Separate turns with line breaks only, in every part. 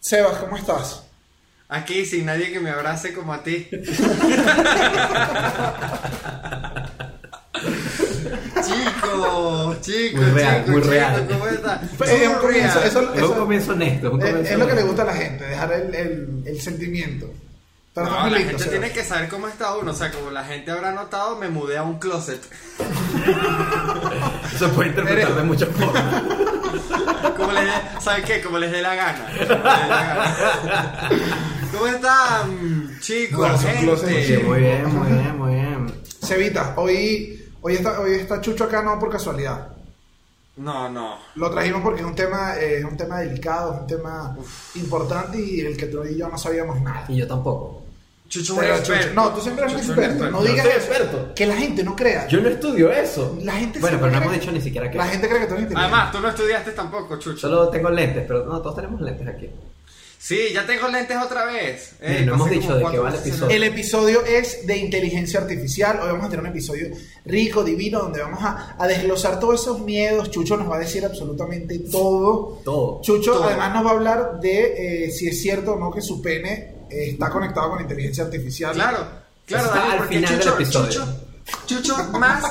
Sebas, ¿cómo estás?
Aquí sin nadie que me abrace como a ti. chicos, chicos,
Muy real,
chicos,
muy
chicos,
real.
¿cómo estás?
Pues, es un
Muy
comienzo,
real.
eso-
Es un
eso-
comienzo honesto. es un
es,
comienzo
Eh, es lo que le
honesto.
gusta a la gente, dejar el, el- el sentimiento. Pero
No,
estás muy
la
lindo,
gente
Sebas.
tiene que saber cómo está uno. O sea, como la gente habrá notado, me mudé a un closet.
Se puede interpretar de muchas formas.
Como les dé- ¿Sabes qué? Como les dé la gana. Como les dé la gana. ¿Cómo están, chicos?
Bueno, es un closet
Sí,
gente?
muy bien, muy bien, muy bien.
Cevita, hoy, hoy, está, hoy está Chucho acá no por casualidad.
No, no.
Lo trajimos porque es un tema, eh, es un tema delicado, es un tema importante y el que tú y yo no sabíamos nada.
Y yo tampoco.
Chucho es un
Pero, Chucho-
experto.
no, tú siempre eres un
Chucho es
experto. No
Yo
digas
soy
eso.
experto.
Que la gente no crea.
Yo no estudio eso.
La gente
bueno,
siempre
pero no
cree-
hemos dicho ni siquiera que.
La gente cree que tú eres inteligente.
Además, tú no estudiaste tampoco, Chucho.
Solo tengo lentes, pero no, todos tenemos lentes aquí.
Sí, ya tengo lentes otra vez. Eh,
Mira, no hemos
pasé
dicho
como
de qué
cuatro
va el
veces
episodio.
El episodio es de inteligencia artificial. Hoy vamos a tener un episodio rico, divino, donde vamos a, a desglosar todos esos miedos. Chucho nos va a decir absolutamente todo.
Todo.
Chucho
Todo.
además nos va a hablar de eh, si es cierto o no que su pene eh, está conectado con inteligencia artificial.
Claro, claro,
Está
Daniel,
al
porque
final del
Chucho,
episodio.
Chucho, Chucho más,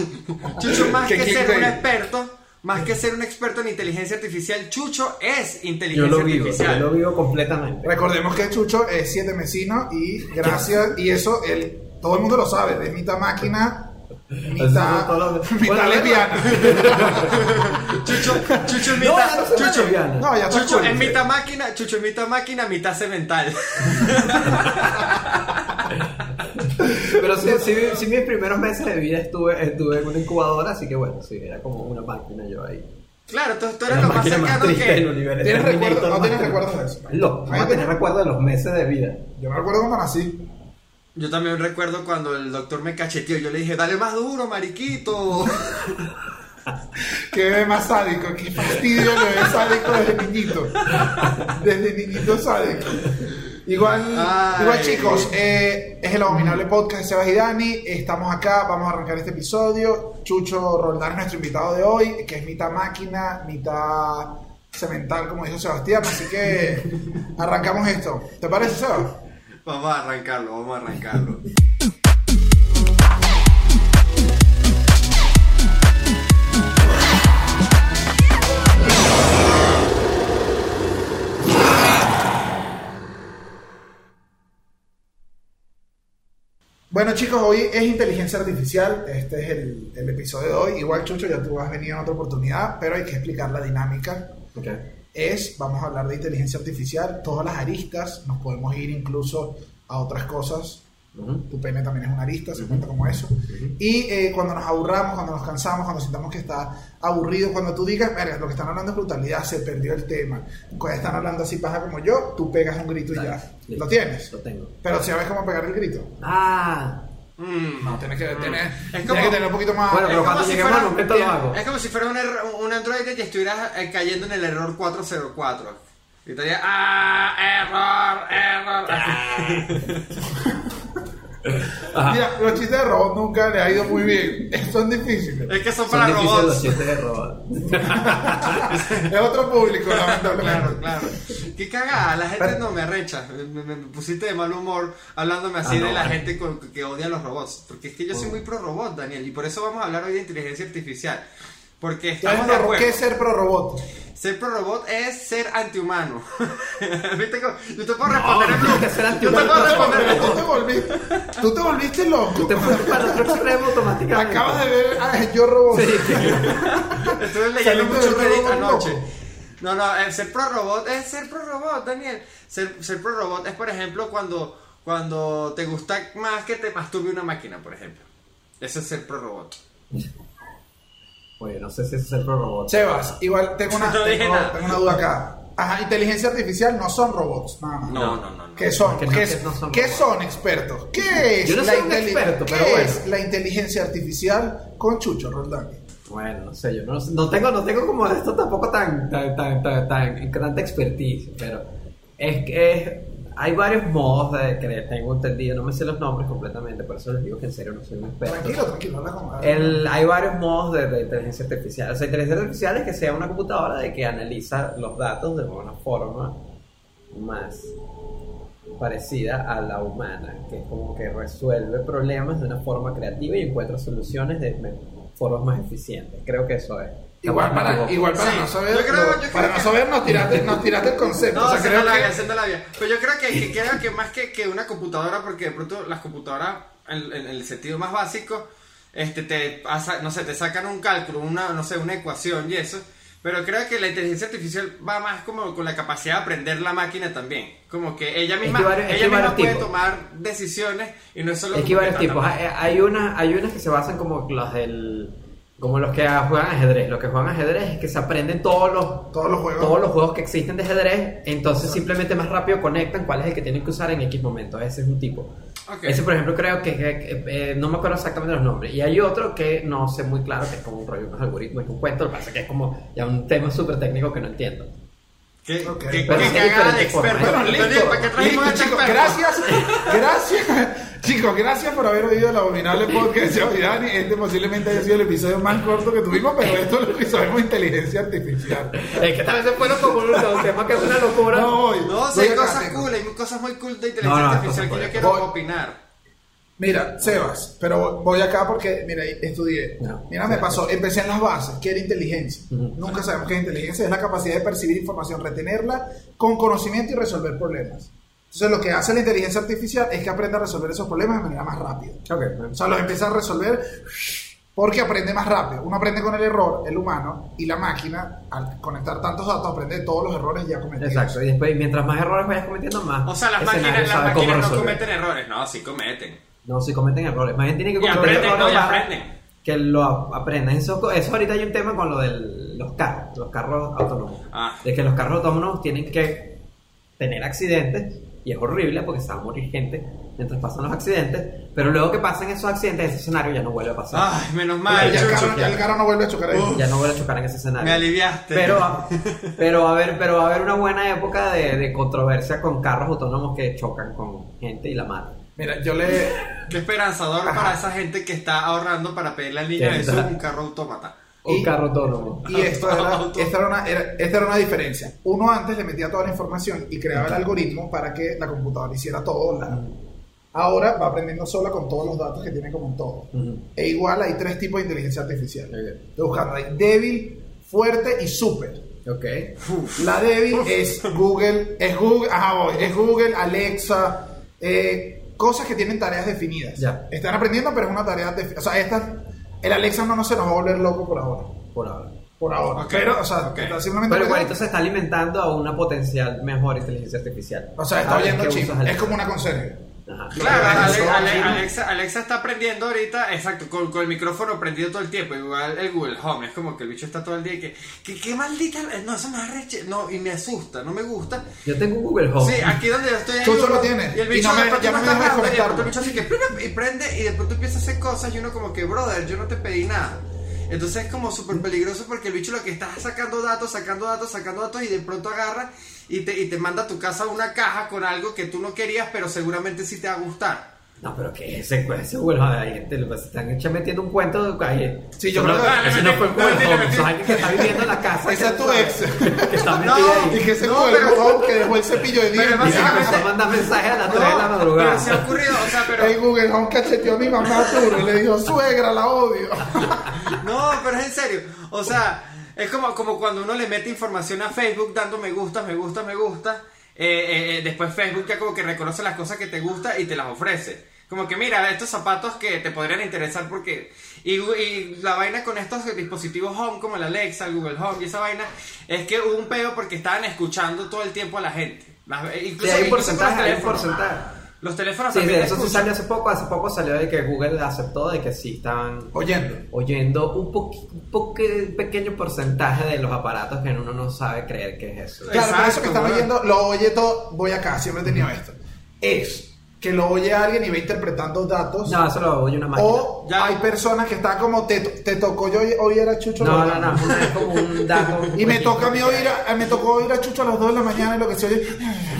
Chucho más
Que
que,
click
ser un
bait.
experto, más que ser un experto en inteligencia artificial, Chucho es
Yo
inteligencia
lo vivo,
artificial.
yo lo vivo completamente.
Recordemos que Chucho es siete mesino y gracias, y eso él, todo el mundo lo sabe, es mitad máquina, mitad,
Bueno,
mitad
bueno.
lesbiana.
Chucho, Chucho es
No,
mitad,
no soy
Chucho,
lesbiana.
No, ya está
Chucho
cool.
es mitad máquina, Chucho es mitad máquina, mitad cemental.
Pero sí, sí, sí, mis primeros meses de vida estuve, estuve en una incubadora, así que bueno, sí, era como una máquina yo ahí.
Claro, tú, tú eres
Una
lo más
máquina
cercano
más triste del
que.
universo.
¿Tienes
Terminator
recuerdo- no
más
tienes
triste.
recuerdo de eso?
No, voy a tener recuerdo de los meses de vida.
Yo me acuerdo cuando nací.
Yo también recuerdo cuando el doctor me cacheteó, yo le dije, dale más duro, mariquito.
Qué bebé más sádico, qué fastidio el bebé sádico desde niñito. Desde niñito sádico. Igual,
Ay.
igual chicos, eh, es el abominable podcast de Sebas y Dani. Estamos acá, vamos a arrancar este episodio. Chucho Roldán es nuestro invitado de hoy, que es mitad máquina, mitad cemental, como dijo Sebastián. Así que arrancamos esto. ¿Te parece, Sebas?
Vamos a arrancarlo, vamos a arrancarlo.
Bueno chicos, hoy es inteligencia artificial, este es el, el episodio de hoy. Igual Chucho, ya tú has venido en otra oportunidad, pero hay que explicar la dinámica.
Ok.
es, vamos a hablar de inteligencia artificial, todas las aristas, nos podemos ir incluso a otras cosas,
Ujú.
tu pene también es una arista, se cuenta como eso, y eh, cuando nos aburramos, cuando nos cansamos, cuando sintamos que está aburrido, cuando tú digas, verga, lo que están hablando es brutalidad, se perdió el tema, cuando están hablando así paja como yo, tú pegas un grito y
Dale,
ya,
listo.
lo tienes,
Lo tengo.
pero sabes cómo pegar el grito.
Ah,
Mm.
No, tienes que, tienes-
Es
tienes
como-
que tener un poquito más...
Bueno,
Es
pero
como
cuando
si
lleguemos
fuera-
al momento lo hago.
Es como si fuera un, er- un androide y estuvieras eh, cayendo en el error 404. Y estaría, ¡ah! ¡Error! ¡Error!
Ah.
Mira, los chistes de robot nunca le ha ido muy bien, son difíciles.
es que son,
son
para
difíciles los
robots.
chistes de robots.
Es otro público, lamentablemente.
Claro, claro. Qué cagada, la gente no me arrecha. Me, me- me pusiste de mal humor hablándome así
Ah, no, Oh.
de la
vale.
gente con- que odia a los robots. Porque es que yo soy muy pro robot, Daniel. Y por eso vamos a hablar hoy de inteligencia artificial. Porque
¿Sabes
estamos de
lo-
acuerdo.
qué es ser pro robot?
Ser pro robot es ser antihumano. ¿Viste cómo? Yo te puedo responder en
tienes que
blue.
ser
Yo te
antihumano.
puedo responder en
Pero
blue.
tú te volviste, tú te volviste loco.
Te fue para otro extremo automáticamente.
Acabas de ver a Yo Robot.
Estuve leyendo
Saliste
mucho
del
Reddit
robot
anoche.
loco.
No, no, eh, ser pro robot es ser pro robot, Daniel. Ser, ser pro robot es, por ejemplo, cuando, cuando te gusta más que te masturbe una máquina, por ejemplo. Eso es ser pro robot.
Oye, no sé si eso es el pro robot.
Sebas, igual tengo una,
No dije
tengo-
nada.
tengo una duda acá. Ajá, inteligencia artificial no son robots, nada más.
No, no, no. no.
¿Qué son?
Porque no,
¿Qué,
que
es-
no son
qué
robots.
son expertos? ¿Qué es,
Yo no soy un
inteli-
experto,
qué
pero bueno.
es la inteligencia artificial con Chucho Roldán?
Bueno, no sé, yo no, no tengo, no tengo como esto tampoco tan, tan, tan, tan, tan- tanta expertise, pero es que es- hay varios modos de creer, tengo entendido, no me sé los nombres completamente, por eso les digo que en serio no soy un experto.
Tranquilo, tranquilo, habla con
El- hay varios modos de, de inteligencia artificial. O sea, inteligencia artificial es que sea una computadora de que analiza los datos de una forma más parecida a la humana, que es como que resuelve problemas de una forma creativa y encuentra soluciones de me- formas más eficientes. Creo que eso es.
Igual
Capaz me
para,
equivoco.
igual para
Sí,
no saber,
yo creo-
lo-
yo
para
creo
no
que-
saber nos tiraste, nos tiraste el concepto.
No,
o sea,
haciendo
creo
la
que-
vía, haciendo la vía. Pero yo creo que, que creo que más que, que una computadora, porque de pronto las computadoras, en, en el sentido más básico, este, te pasa- no sé, te sacan un cálculo, una, no sé, una ecuación y eso. Pero creo que la inteligencia artificial va más como con la capacidad de aprender la máquina también. Como que ella misma,
que varios- es
ella
que
misma
varios
puede
tipos.
tomar decisiones y no es solo...
Es que hay
como
varios
ta, ta,
tipos. Ah,
ta.
Hay, hay unas, hay unas que se basan como las del. Como los que juegan ajedrez. Los que juegan ajedrez es que se aprenden todos los,
Todos los juegos.
todos los juegos que existen de ajedrez. Entonces simplemente más rápido conectan cuál es el que tienen que usar en X momento. Ese es un tipo.
Ok.
Ese, por ejemplo, creo que, que- que, eh, no me acuerdo exactamente los nombres. Y hay otro que no sé muy claro, que es como un rollo, unos algoritmos, un cuento. Lo que pasa es que es como ya un tema súper técnico que no entiendo.
¿Qué,
Ok.
qué-
Pero
qué
sí hay
cagada de
diferentes formas.
experto.
Bueno,
Daniel,
listo,
¿para qué trajimos
listo,
este
chicos,
experto?
gracias, gracias, chicos, gracias por haber oído el abominable podcast de Vidani. Este posiblemente haya sido el episodio más corto que tuvimos, pero esto es lo que sabemos inteligencia artificial.
Es que tal vez fueron como un, un tema que es una locura.
No voy,
No, si
voy
hay
acá,
cosas
tengo.
cool, hay cosas muy cool de
No,
inteligencia
no,
artificial
cosas
que yo
cool.
quiero
Voy-
opinar.
Mira, Sebas, pero voy acá porque, mira, estudié.
No.
mira, me pasó, empecé en las bases, que era inteligencia.
Ujú.
Nunca sabemos qué es inteligencia, es la capacidad de percibir información, retenerla con conocimiento y resolver problemas. Entonces, lo que hace la inteligencia artificial es que aprenda a resolver esos problemas de manera más rápida. O
Ok.
sea, los empieza a resolver porque aprende más rápido. Uno aprende con el error, el humano, y la máquina, al conectar tantos datos, aprende todos los errores ya cometidos.
Exacto, y después, mientras más errores vayas cometiendo, más.
O sea, las
escenarios
máquinas, las
sabes cómo
máquinas no
resolver.
cometen errores. No, sí cometen.
No, si cometen errores. Más bien tienen que
Y
cometer
aprenden,
errores.
¿no? Y
para
aprenden.
Que lo ap- aprendan. Eso, co- eso ahorita hay un tema con lo de los carros, los carros autónomos.
Ah.
De que los carros autónomos tienen que tener accidentes y es horrible porque se va a morir gente mientras pasan los accidentes. Pero luego que pasan esos accidentes, ese escenario ya no vuelve a pasar.
Ay, menos mal.
Ah, Ya, el
Chucho.
carro, ya el carro no vuelve a chocar ahí.
Ya no vuelve a chocar en ese escenario.
Me aliviaste.
Pero, pero a ver, pero va a haber una buena época de, de controversia con carros autónomos que chocan con gente y la matan.
Mira, yo le...
Qué esperanzador
Ah.
para esa gente que está ahorrando para pedirle al niño
¿Qué
de Zoom
tal?
un carro autómata.
Un
Y-
carro autónomo.
Y esto era, esta, era una, era- esta era una diferencia. Uno antes le metía toda la información y creaba el algoritmo para que la computadora hiciera todo. la- Ahora va aprendiendo sola con todos los datos que tiene como un todo.
Ujú.
E igual hay tres tipos de inteligencia artificial.
Muy bien.
Estoy buscando ahí. Débil, fuerte y súper.
Ok.
La débil es Google, es Google, ajá, voy, es Google, Alexa, eh, cosas que tienen tareas definidas.
Ya.
Están aprendiendo, pero es una tarea definida. O sea, estas, el Alexa no, no se nos va a volver loco por ahora.
Por ahora.
Por ahora.
Ok,
Pero, o sea,
ok.
está simplemente.
Pero igual, entonces está alimentando a una potencial mejor inteligencia artificial.
o sea, está
Cada vez
oyendo
que
chip.
usas el-
Es como una conserje.
Ajá.
Claro,
Claro,
Ale-
eso,
Ale-
sí.
Alexa, Alexa está aprendiendo ahorita, exacto, con, con el micrófono prendido todo el tiempo. Igual el Google Home, es como que el bicho está todo el día y que, que, que maldita. No, eso me arreche. No, y me asusta, no me gusta.
Yo tengo un Google Home.
ah.
Sí, aquí donde yo estoy. hay
Chucho
uno,
lo tiene.
Y el
Y
bicho
no me-
de pronto
ya
no
no me
está
deja
hablando, y de
desconectarlo.
pronto el bicho así que "Plum", y prende y de pronto empieza a hacer cosas y uno como que, brother, yo no te pedí nada. Entonces es como súper peligroso porque el bicho lo que está es sacando datos, sacando datos, sacando datos y de pronto agarra y te, y te manda a tu casa una caja con algo que tú no querías, pero seguramente sí te va a gustar.
No, pero que ese, ese Google Home. ahí te lo- se están echa- metiendo un cuento. de- ahí.
Sí, yo
Eso
creo
no-
que-
Ese no fue el Google
No, mentira,
Home.
mentira.
eso es alguien que está viviendo en la casa.
Esa
que
es tu
no sabe,
ex.
Que está
No,
metido ahí.
Y que se
No,
fue el
pero-
botón que dejó el cepillo de
Pero
dientes.
Y se empezó a
básicamente-
mandar mensajes a las 3 de la madrugada.
Ah, pero se ha ocurrido, o sea, pero...
Hey Google, aún cacheteó a mi mamá duro y le dijo, suegra, la odio.
No, pero es en serio. O sea, es como, como cuando uno le mete información a Facebook dando me gusta, me gusta, me gusta. Eh, eh, eh, después Facebook ya como que reconoce las cosas que te gusta y te las ofrece. Como que mira, estos zapatos que te podrían interesar porque... Y, gu- y la vaina con estos dispositivos Home como el Alexa, el Google Home y esa vaina es que hubo un peo porque estaban escuchando todo el tiempo a la gente. Las-
Sí,
Incluso,
hay un
incluso con los
porcentaje, hay un
teléfonos.
porcentaje.
Los teléfonos
Sí, sí,
también
eso sí
escuchan.
salió hace poco. Hace poco salió de que Google aceptó de que sí estaban
Oyendo.
oyendo un, poqui- un poque- pequeño porcentaje de los aparatos que uno no sabe creer que es eso.
Claro, pero eso
Exacto,
que están
¿verdad?
oyendo, lo oye todo, voy acá, siempre he tenido esto. Es que lo oye alguien y va interpretando datos.
No, eso lo oye una máquina.
O
Ya.
hay personas que están como, te, te tocó yo hoy era Chucho.
no, no,
Roldán".
no, es como un dato.
Y me toca a mí oír a, eh, me tocó oír a Chucho a las 2 de la mañana y lo que se oye.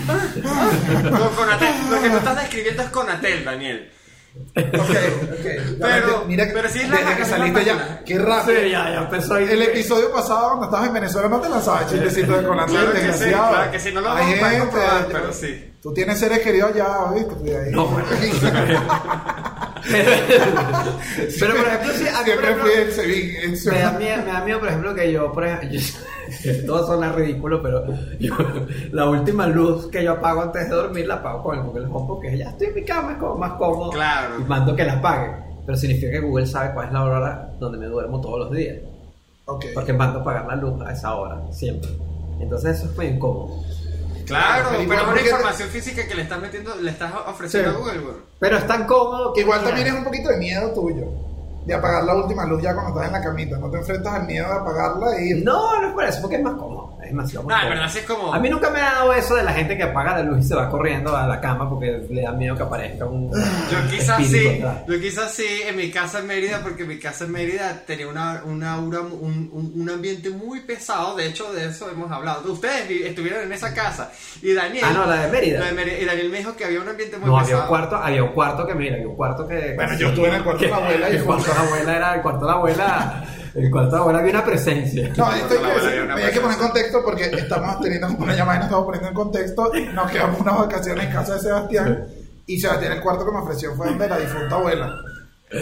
Con- Conatel. lo que tú estás describiendo es Conatel, Daniel.
Ok, ok.
Pero-
mira,
pero sí es la-
desde
la
que
misma
saliste ya,
página.
qué rápido.
Sí, ya, ya empezó ahí.
El episodio pasado, cuando estabas en Venezuela, no te lanzabas chistecito de Conan,
Claro que sí,
desgraciado.
claro que sí, no lo
Hay
vamos a poder
gente,
comprobar,
hay-
pero sí.
Tú tienes seres queridos ya, ¿viste? Tú ahí.
No, bueno. Pero, pero, por ejemplo, sí, a mí, por
Siempre
ejemplo,
fui en Sevilla. en
me
Sevilla.
da, miedo, me da miedo, por ejemplo, que yo, por ejemplo, todo suena ridículo, pero yo, la última luz que yo apago antes de dormir la apago con el Google Home porque ya estoy en mi cama, es como más cómodo.
Claro.
Y mando que la apague. Pero significa que Google sabe cuál es la hora donde me duermo todos los días.
Ok.
Porque mando a apagar la luz a esa hora, siempre. Entonces eso es muy incómodo.
Claro,
Pero
pero,
igual
es una
porque-
información física que le estás metiendo, le estás ofreciendo
Sí.
a Google, güey.
Pero es tan cómodo que...
Igual también es un poquito de miedo tuyo. De apagar la última luz ya cuando estás en la camita. No te enfrentas al miedo de apagarla y ir.
No, no es por eso, porque es más cómodo. Es demasiado más
Ah,
cómodo.
pero así es como-
A mí nunca me ha dado eso de la gente que apaga la luz y se va corriendo a la cama porque le da miedo que aparezca un.
Yo quizás
espíritu
sí,
atrás.
yo quizás sí en mi casa en Mérida, porque mi casa en Mérida tenía una, una aura, un, un- un ambiente muy pesado, de hecho de eso hemos hablado. Ustedes vi- estuvieron en esa casa y Daniel...
Ah, no, la de Mérida.
la de Mérida, y Daniel me dijo que había un ambiente muy
No, había
pesado.
un cuarto, había un cuarto que, mira, había un cuarto que.
Bueno, yo estuve en el cuarto de la abuela y-
El cuarto de la abuela era, el cuarto de la abuela, el cuarto de la abuela había una presencia.
No, esto hay
No,
que,
no,
decir-
había una
hay que poner en
presencia.
contexto porque estamos teniendo una llamada y nos estamos poniendo en contexto. Nos quedamos unas vacaciones en casa de Sebastián y Sebastián el cuarto que me ofreció fue el de la difunta abuela.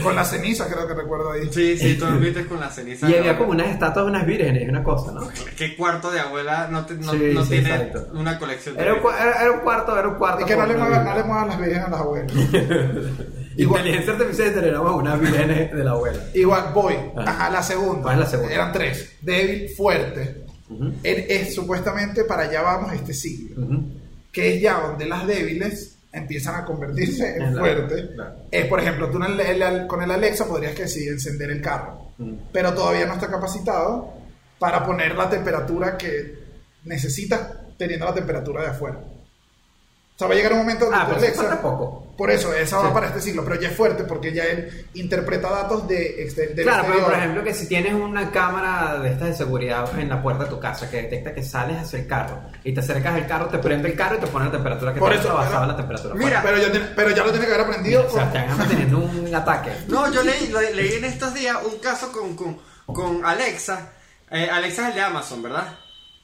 Con la ceniza, creo que recuerdo ahí.
Sí, sí, tú dormiste con la ceniza.
Y
de
había
abuela.
como unas estatuas de unas vírgenes y una cosa, ¿no?
¿Qué cuarto de abuela no, te- no,
Sí,
no
sí,
tiene
exacto.
una colección de
Era un,
libros?
cua- era, era un cuarto, era un cuarto.
Y que no
con
le
una
muevan no
virgen.
le muevan las virgen a las abuelas. Igual-
Inteligencia artificial generamos unas vírgenes de la abuela.
Igual, voy.
Ajá.
Ajá, la segunda.
Ah. ¿Cuál es la segunda?
Eran tres. Débil, fuerte.
Ujú.
Él es supuestamente para allá vamos este siglo.
Ujú.
que es ya donde las débiles empiezan a convertirse en
En la-
fuertes.
claro.
Es, por ejemplo, tú en el- el- con el Alexa podrías que sí encender el carro,
Mm.
pero todavía no está capacitado para poner la temperatura que necesitas teniendo la temperatura de afuera. O sea, va a llegar un momento donde
Ah,
tu
pero eso falta
Alexa...
poco.
Por eso, esa va
Sí.
para este siglo, pero ya es fuerte porque ya él interpreta datos de, exter- del
Claro, pero
exterior.
por ejemplo que si tienes una cámara de estas de seguridad en la puerta de tu casa que detecta que sales hacia el carro y te acercas al carro, te prende el carro y te pone la temperatura que
Por
te
eso,
basada
pero-
en la temperatura.
Mira,
pero, ya, tiene- pero ya lo tiene que haber aprendido.
o sea,
con-
te van teniendo un ataque.
No, yo leí, le- leí en estos días un caso con, con, con Alexa. Eh, Alexa es el de Amazon, ¿verdad?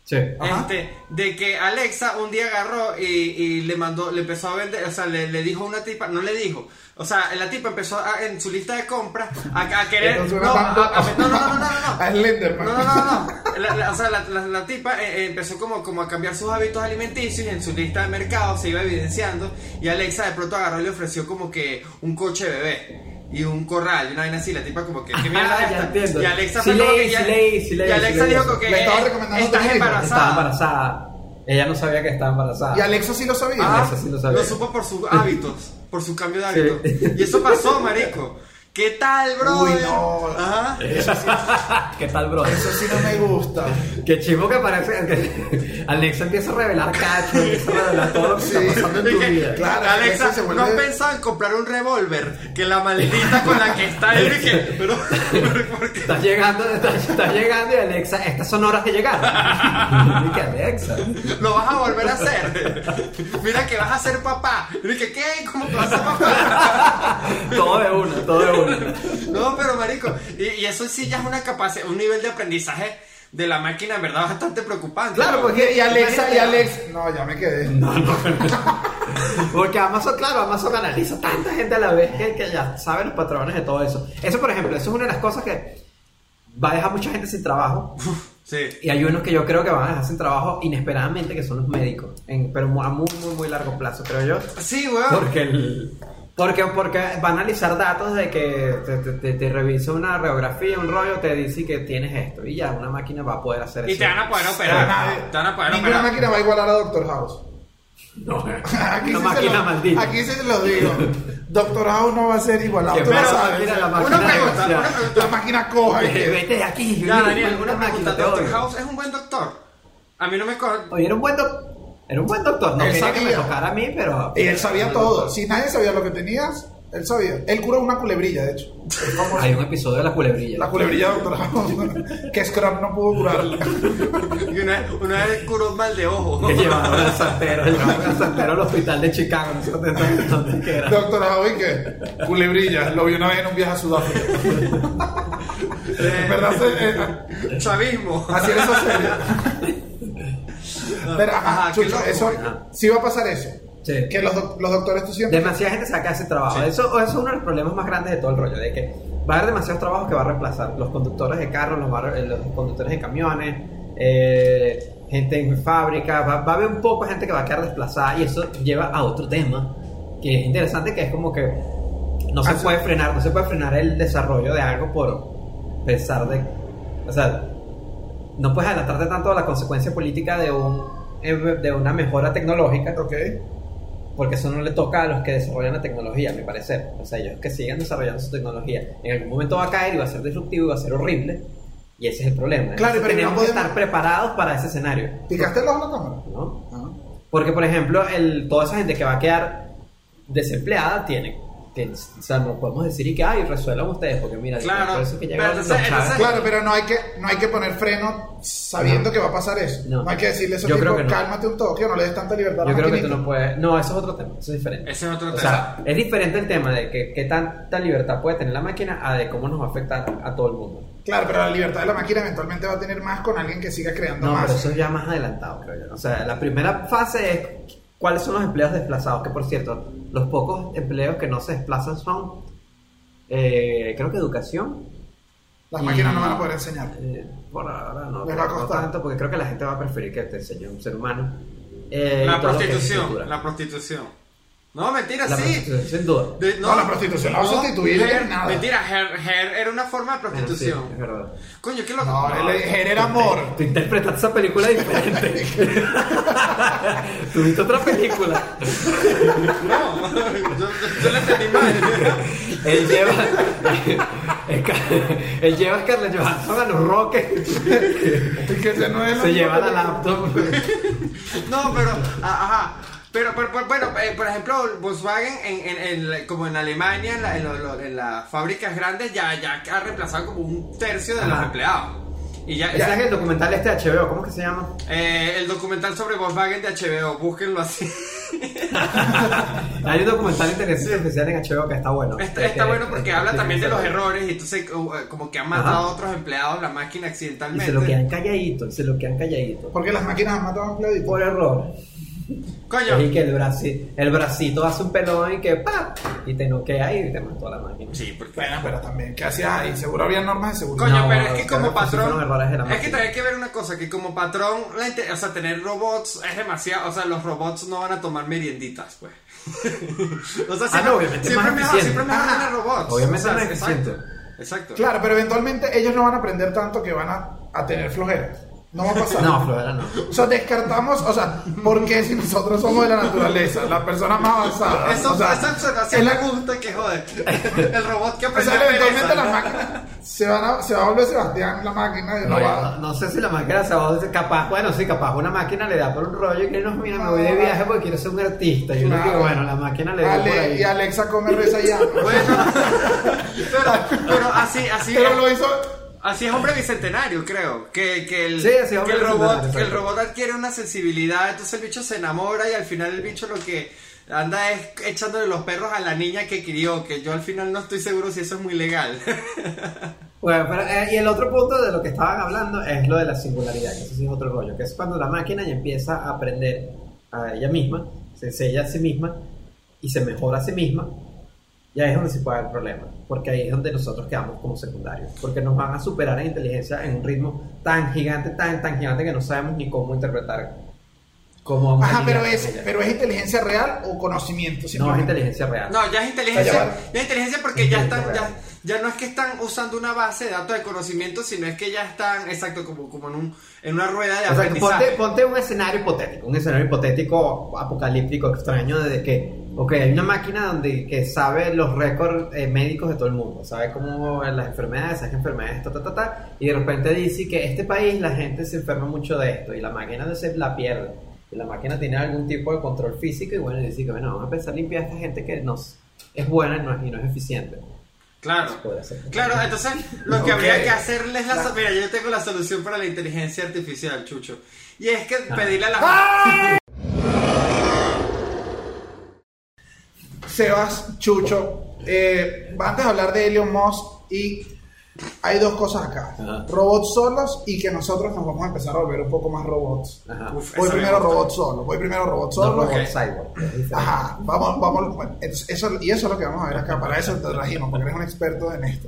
Sí.
Ajá.
Este, de que Alexa un día agarró y, y le mandó, le empezó a vender, o sea, le, le dijo a una tipa, no le dijo, o sea, la tipa empezó a- en su lista de compras a, a querer.
Esto
No,
suena tanto
a- a- no, no, no, no, no, no.
a Slenderman.
No, no, no, no. La, la- o sea, la, la- la tipa eh, eh, empezó como, como a cambiar sus hábitos alimenticios y en su lista de mercado se iba evidenciando. Y Alexa de pronto agarró y le ofreció como que un coche bebé. Y un corral, y una vaina así, la tipa como que, ¿qué mierda
Ah,
es
ya
esta?
entiendo.
Y Alexa
Sí
fue como
leí,
que ya-
sí leí, sí leí,
Y
sí
Alexa
leí
dijo
eso.
como que
Le estaba
eh,
recomendando otro libro".
estás
Estaba
embarazada.
embarazada. Ella no sabía que estaba embarazada.
Y Alexa sí lo sabía.
Ah,
Eso sí lo
lo,
sabía.
supo por sus hábitos, por su cambio de hábitos.
Sí.
Y eso pasó, marico. ¿Qué tal, bro?
Uy, no.
Ajá.
Ah, ¿Qué tal, bro?
Eso sí no me gusta.
Qué chivo que parece. que Alexa empieza a revelar cacho, empieza a revelar todo lo que
Sí.
está pasando en tu
Dije,
vida.
Claro,
Alexa,
eso se vuelve-
¿no has pensado en comprar un revólver? Que la maldita con la que está él dije, pero, pero ¿por qué?
Estás llegando, estás, estás llegando y Alexa, estas son horas de llegar. Y que Alexa.
Lo vas a volver a hacer. Mira que vas a ser papá. Y dije, ¿qué? ¿Cómo que vas a ser papá?
Todo de uno, todo de uno.
No, pero marico, y, y eso sí ya es una capacidad, un nivel de aprendizaje de la máquina, en verdad, bastante preocupante.
Claro,
porque
Porque- y Alexa,
Imagínate.
y Alex. No, ya me quedé.
Porque Amazon, claro, Amazon analiza tanta gente a la vez que, que ya sabe los patrones de todo eso. Eso, por ejemplo, eso es una de las cosas que va a dejar mucha gente sin trabajo.
Sí.
Y hay unos que yo creo que van a dejar sin trabajo inesperadamente, que son los médicos. En- pero a muy, muy, muy largo plazo, creo yo.
Sí, weón.
Porque el- Porque, porque va a analizar datos de que te, te, te- te revisa una radiografía, un rollo, te dice que tienes esto. Y ya una máquina va a poder hacer
Y
eso. Eh,
te van a poder
Pero
operar.
nadie-
te van a poder
Ninguna
operar.
máquina va a igualar a Doctor House.
No,
Aquí,
una
sí
máquina
se lo,
maldita.
aquí sí se lo digo. Doctor House no va a ser igualado.
Que
tú lo
pero-
sabes.
mira, la
Una
máquina
pregunta,
demasiado.
una pregunta.
La máquina coja. y
Vete,
que-
vete de aquí.
Ya, Daniel,
una
una pregunta.
máquina te
Doctor
odio.
House es un buen doctor. A mí no me coge.
Oye, era un buen doctor. Era un buen doctor. No
Él
quería que me
sabía.
tocara a mí, pero.
y él sabía todo. Si nadie sabía lo que tenías, Él sabía. Él curó una culebrilla, de hecho. Es famoso.
Hay un episodio de la culebrilla.
La culebrilla de Doctor House, que Scrap no pudo curarla.
Y una, una vez curó un mal de ojo.
que llevaron al santero, llevaron al santero al hospital de Chicago, no sé dónde, dónde- dónde que era.
Doctor House, ¿y qué? Culebrilla. Lo vi una vez en un viaje a Sudáfrica. En verdad, se- eh,
Chavismo.
así era esa serie. Pero, ajá,
Ajá, qué
Chucho,
loco.
eso,
Ajá.
sí va a pasar eso.
Sí.
Que los, doc- los doctores tú siempre...
Demasiada gente saca ese trabajo.
Sí.
Eso, eso es uno de los problemas más grandes de todo el rollo, de que va a haber demasiados trabajos que va a reemplazar. Los conductores de carros, los, va a re- los conductores de camiones, eh, gente en fábrica, va, va a haber un poco de gente que va a quedar desplazada y eso lleva a otro tema que es interesante, que es como que no se
Ah, sí.
puede frenar, no se puede frenar el desarrollo de algo por pensar de... O sea, no puedes adelantarte tanto a la consecuencia política de un de una mejora tecnológica
Ok.
porque eso no le toca a los que desarrollan la tecnología, a mi parecer. O sea, ellos que sigan desarrollando su tecnología, en algún momento va a caer y va a ser disruptivo y va a ser horrible. Y ese es el problema.
Claro,
Entonces,
pero
tenemos
no
que
podemos-
estar preparados para ese escenario.
¿Picaste el ojo a la cámara?
¿no?
Ah.
Porque, por ejemplo, el, toda esa gente que va a quedar desempleada tiene. Que, o sea, no podemos decir y que, ay, resuelvan ustedes, porque mira,
Claro,
por eso que
pero
llegaron
entonces-
los Chávez.
entonces-
Claro, pero no hay que, no hay que poner freno sabiendo
No.
que va a pasar eso. No,
No.
hay que decirle eso
Yo creo que no.
cálmate un toque, no le des tanta libertad a
Yo
la
creo que tú
maquinita".
no puedes. No, eso es otro tema, eso es diferente.
Ese es otro
O
tema.
sea, es diferente el tema de que, qué tanta libertad puede tener la máquina a de cómo nos va a afectar a todo el mundo.
Claro, pero la libertad de la máquina eventualmente va a tener más con alguien que siga creando
No,
más.
pero eso es ya más adelantado, creo yo. O sea, la primera fase es cuáles son los empleos desplazados, que por cierto, los pocos empleos que no se desplazan son, eh, creo que educación.
Las máquinas
Y-
no van a poder enseñar.
Eh, por ahora no,
Les va a
no
costar.
tanto, porque creo que la gente va a preferir que te enseñe un ser humano. Eh, y
la
todo lo que es
prostitución.
cultura.
La prostitución. No, mentira,
La
sí.
prostitución, sin duda.
De-
No, la prostitución la va a sustituir
hair-
en nada.
Mentira, hair, hair era una forma de
Bueno, sí, es
prostitución.
verdad.
Coño, ¿qué loco?
No, él genera amor.
Tú interpretaste esa película diferente. Tuviste otra película.
No, yo, yo, yo la entendí mal.
Él lleva, él lleva a Scarlett Johansson a los roques,
Y que ese no es
se
el-
lleva la laptop.
No, pero, a- ajá. Pero, pero, pero, bueno, eh, por ejemplo, Volkswagen, en, en- en- como en Alemania, en, la- en lo- lo- en las fábricas grandes, ya, ya ha reemplazado como un tercio de los
Ajá.
empleados. Y ya,
Ese es el documental este de HBO, ¿cómo es que se llama?
eh, el documental sobre Volkswagen de HBO, búsquenlo así.
Hay un documental interesante especial en HBO que está bueno.
Está,
Que-
está
que-
bueno porque
que-
habla
que-
también de los
que-
errores y entonces eh, como que han
Ajá.
matado a otros empleados la máquina
Y
accidentalmente.
se lo quedan calladito, y se lo quedan calladito.
Porque las máquinas han matado a un clavito.
Por error. Y
Coño.
que el, braci- el bracito hace un pelón y que ¡pa! Y te noquea y te mató a la máquina.
Sí, porque...
Bueno, pero también, ¿qué hacías ahí? Seguro había normas de seguridad.
Coño,
No,
pero es que
claro,
como
pues, sí fueron errores de la
patrón. Es que
máquina.
también hay que ver una cosa: que como patrón, la inte- o sea, tener robots es demasiado. O sea, los robots no van a tomar merienditas, pues. o sea, siempre,
Ah, no, obviamente
siempre
más
mejor,
eficiente.
siempre mejor
Ah,
tener robots.
obviamente
O sea,
más
exacto,
eficiente.
Exacto.
Claro, pero eventualmente ellos no van a aprender tanto que van a, a tener flojera. No va a pasar.
No, Florera no.
O sea, descartamos, o sea, ¿por qué si nosotros somos de la naturaleza, las personas más avanzadas?
Eso,
Ah, o sea,
esa
es
observación
la-
me gusta que jode. El robot que
O
aprendió
sea,
a pereza.
eventualmente las máquinas se, van a, se va a volver Sebastián la máquina y no
No,
va.
no, no sé si la máquina se va a capaz, bueno, sí, capaz una máquina le da por un rollo y que no, mira, me voy de viaje porque quiero ser un artista. Y uno
Claro.
que, bueno, la máquina le da por
Ale-
ahí.
y Alexa come reza ya.
Bueno, pero, pero así, así.
Pero
es.
lo hizo.
Así es hombre bicentenario, creo. Que, que el,
Sí, así es
que
hombre
el robot,
bicentenario,
que el
exacto.
robot adquiere una sensibilidad, entonces el bicho se enamora y al final el bicho lo que anda es echándole los perros a la niña que crió, que yo al final no estoy seguro si eso es muy legal.
Bueno, pero, eh, y el otro punto de lo que estaban hablando es lo de la singularidad, que eso sí es otro rollo, que es cuando la máquina ya empieza a aprender a ella misma, se sella a sí misma y se mejora a sí misma, y ahí es donde se puede haber problemas, porque ahí es donde nosotros quedamos como secundarios, porque nos van a superar en inteligencia en un ritmo tan gigante, tan, tan gigante que no sabemos ni cómo interpretar. Cómo vamos a
Ajá,
lidiar
pero
con
es,
ella.
pero es inteligencia real o conocimiento.
No es
simplemente?
inteligencia real.
No, ya es inteligencia,
Ya va.
ya es inteligencia porque ya están,
Inteligencia
ya, ya no es que están usando una base de datos de conocimiento, sino es que ya están, exacto, como, como en, un, en una rueda de
O sea, que ponte,
aprendizaje.
ponte un escenario hipotético, un escenario hipotético apocalíptico extraño de que, ok, hay una máquina donde que sabe los récords eh, médicos de todo el mundo, sabe cómo las enfermedades, esas enfermedades, ta, ta, ta, ta, y de repente dice que este país la gente se enferma mucho de esto y la máquina se la pierde. Y la máquina tiene algún tipo de control físico y bueno, dice que bueno, vamos a empezar a limpiar a esta gente que nos es buena y no es, y no es eficiente.
Claro.
Puede ser.
Claro, entonces lo que
Ok.
habría que hacerles la...
La-
Mira, yo tengo la solución para la inteligencia artificial, Chucho. Y es que pedirle a la...
¡Ah!
Sebas, Chucho, eh, antes de hablar de Elon Musk y hay dos cosas acá.
Ajá.
Robots solos y que nosotros nos vamos a empezar a volver un poco más robots.
Ajá.
Uf,
Voy
esa me
primero
gusta.
robot solo, voy primero robot
No,
solo.
robot
ok.
cyborg. que es diferente.
Ajá, vamos, vamos. bueno, entonces, eso, y eso es lo que vamos a ver acá. Para eso te trajimos, porque eres un experto en esto.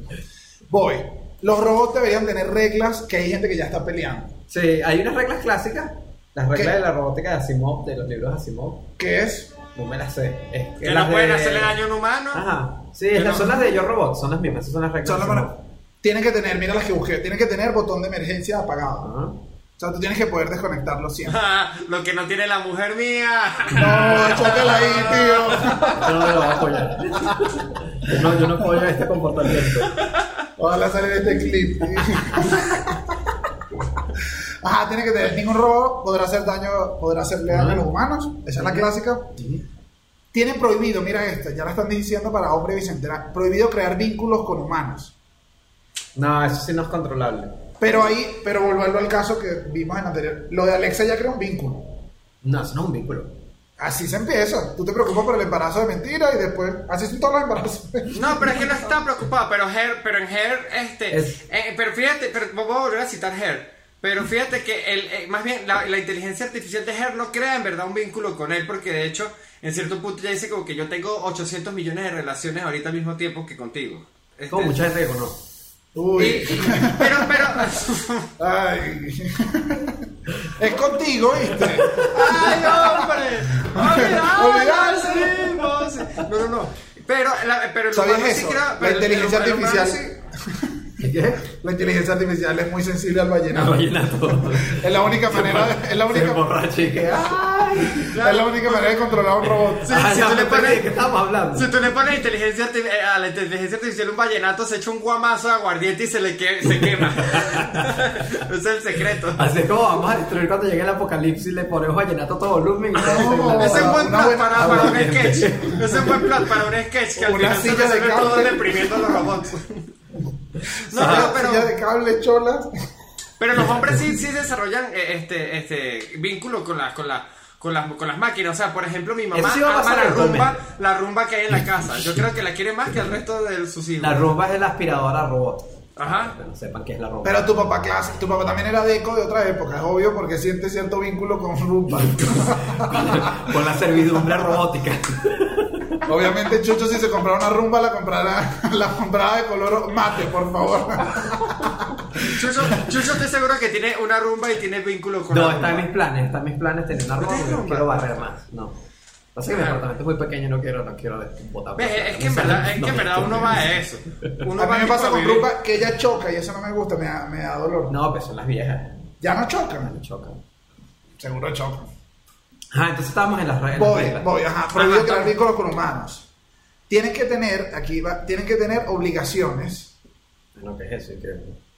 Voy. Los robots deberían tener reglas que hay gente que ya está peleando.
Sí, hay unas reglas clásicas. Las reglas
¿Qué?
de la robótica de Asimov, de los libros de Asimov,
Que es.
no me las sé. Es
Que
las
no pueden
de-
hacerle daño a un humano.
Ajá. Sí,
Que
las-
no-
son las de Yo Robot, son las mismas, esas son las reglas.
Son
de
las
Asimov.
manos- tienen que tener, mira las que busqué, tienen que tener botón de emergencia apagado.
Ajá.
O sea, tú tienes que poder desconectarlo siempre.
lo que no tiene la mujer mía.
No, chócala ahí, tío.
Yo no me lo voy a apoyar. Yo no, yo no apoyo este comportamiento.
Ojalá salga este clip. Ajá, tiene que tener ningún robot, podrá hacer daño, podrá hacerle daño a los humanos. Esa es la clásica. Tiene prohibido, mira esta, ya la están diciendo para hombre bicentera, prohibido crear vínculos con humanos.
No, eso sí no es controlable.
Pero ahí, pero volverlo al caso que vimos en anterior, lo de Alexa ya crea un vínculo.
No, eso no es un vínculo.
Así se empieza. Tú te preocupas por el embarazo de mentira y después, así son todos los embarazos.
No, pero es que no está preocupada. Pero Her, pero en Her, este.
Es-
eh, pero fíjate, pero voy a volver a citar Her. Pero fíjate que el, eh, más bien la, la inteligencia artificial de Her no crea en verdad un vínculo con él, porque de hecho, en cierto punto ya dice como que yo tengo 800 millones de relaciones ahorita al mismo tiempo que contigo. Este,
Como mucha gente que conozco.
Uy.
y- pero, pero.
Ay. Es contigo, ¿viste?
¡Ay, hombre!
Olvidar,
¡Olvidarse! No, no, no. Pero, la, pero el
¿Sabías
humano sí
eso?
crea-
La
pero el-
inteligencia
el humano
artificial.
sí-
¿Qué?
La inteligencia artificial es muy sensible al
No,
vallenato.
vallenato.
Es la única manera, es la
Se
única,
emborracha y que. ¡Ay!
es la única manera de controlar a un robot.
Sí,
Ah,
si
ya
tú le
me
pones-
perdí, ¿De qué estábamos hablando?
Si tú le pones inteligencia arti- eh, a la inteligencia artificial un vallenato, se echa un guamazo de aguardiente y se le que- se quema. Ese es el secreto.
Así es como vamos a destruir cuando llegue el apocalipsis, le ponemos vallenato a todo volumen y todo.
No,
Ese es un buen
una
plan
buena
para, para un
aguardiente.
sketch. Ese es un buen plan para un sketch que al
Una
final se
silla de
resuelve todo
cárcel.
deprimiendo a los robots. No,
Silla-
no, pero...
silla de cable, cholas.
Pero los hombres sí, sí desarrollan eh, este, este vínculo con las, con las, con las, con las máquinas. O sea, por ejemplo, mi mamá
Eso sí va a
ama
pasar
la rumba,
eventualmente.
la rumba que hay en la casa. Yo creo que la quiere más que el resto de sus hijos.
La rumba es la aspiradora robot.
Ajá.
Que no sepan qué es la rumba.
Pero tu papá clase, tu papá también era deco de otra época, es obvio porque siente cierto vínculo con Rumba.
Con la servidumbre robótica.
Obviamente Chucho si se comprara una rumba la comprara, la comprara de color mate, por favor.
Chucho, Chucho, estoy seguro que tiene una rumba y tiene vínculo con
No,
la
está en
rumba.
mis planes, está en mis planes tener una
¿No
rumba.
tienes
pero
rumba?
quiero barrer más. No. Pasa que mi
Claro.
apartamento es muy pequeño y no quiero, no quiero botar.
Ves,
plata.
es que
No
en
sé,
verdad, es
no
que en
me
verdad uno
conviene.
va a eso. Uno
a mí
va
me pasa
para
con
vivir.
rumba que ella choca y eso no me gusta, me da, me da dolor.
No, pero son las viejas.
Ya no
Me
chocan.
chocan.
Seguro chocan.
Ajá, entonces estábamos en las redes.
Voy, voy, ajá. Prohibido
Ajá,
crear
toma.
vínculos con humanos. Tienen que tener, aquí va, tienen que tener obligaciones.
Bueno, ¿qué es eso? ¿Y qué?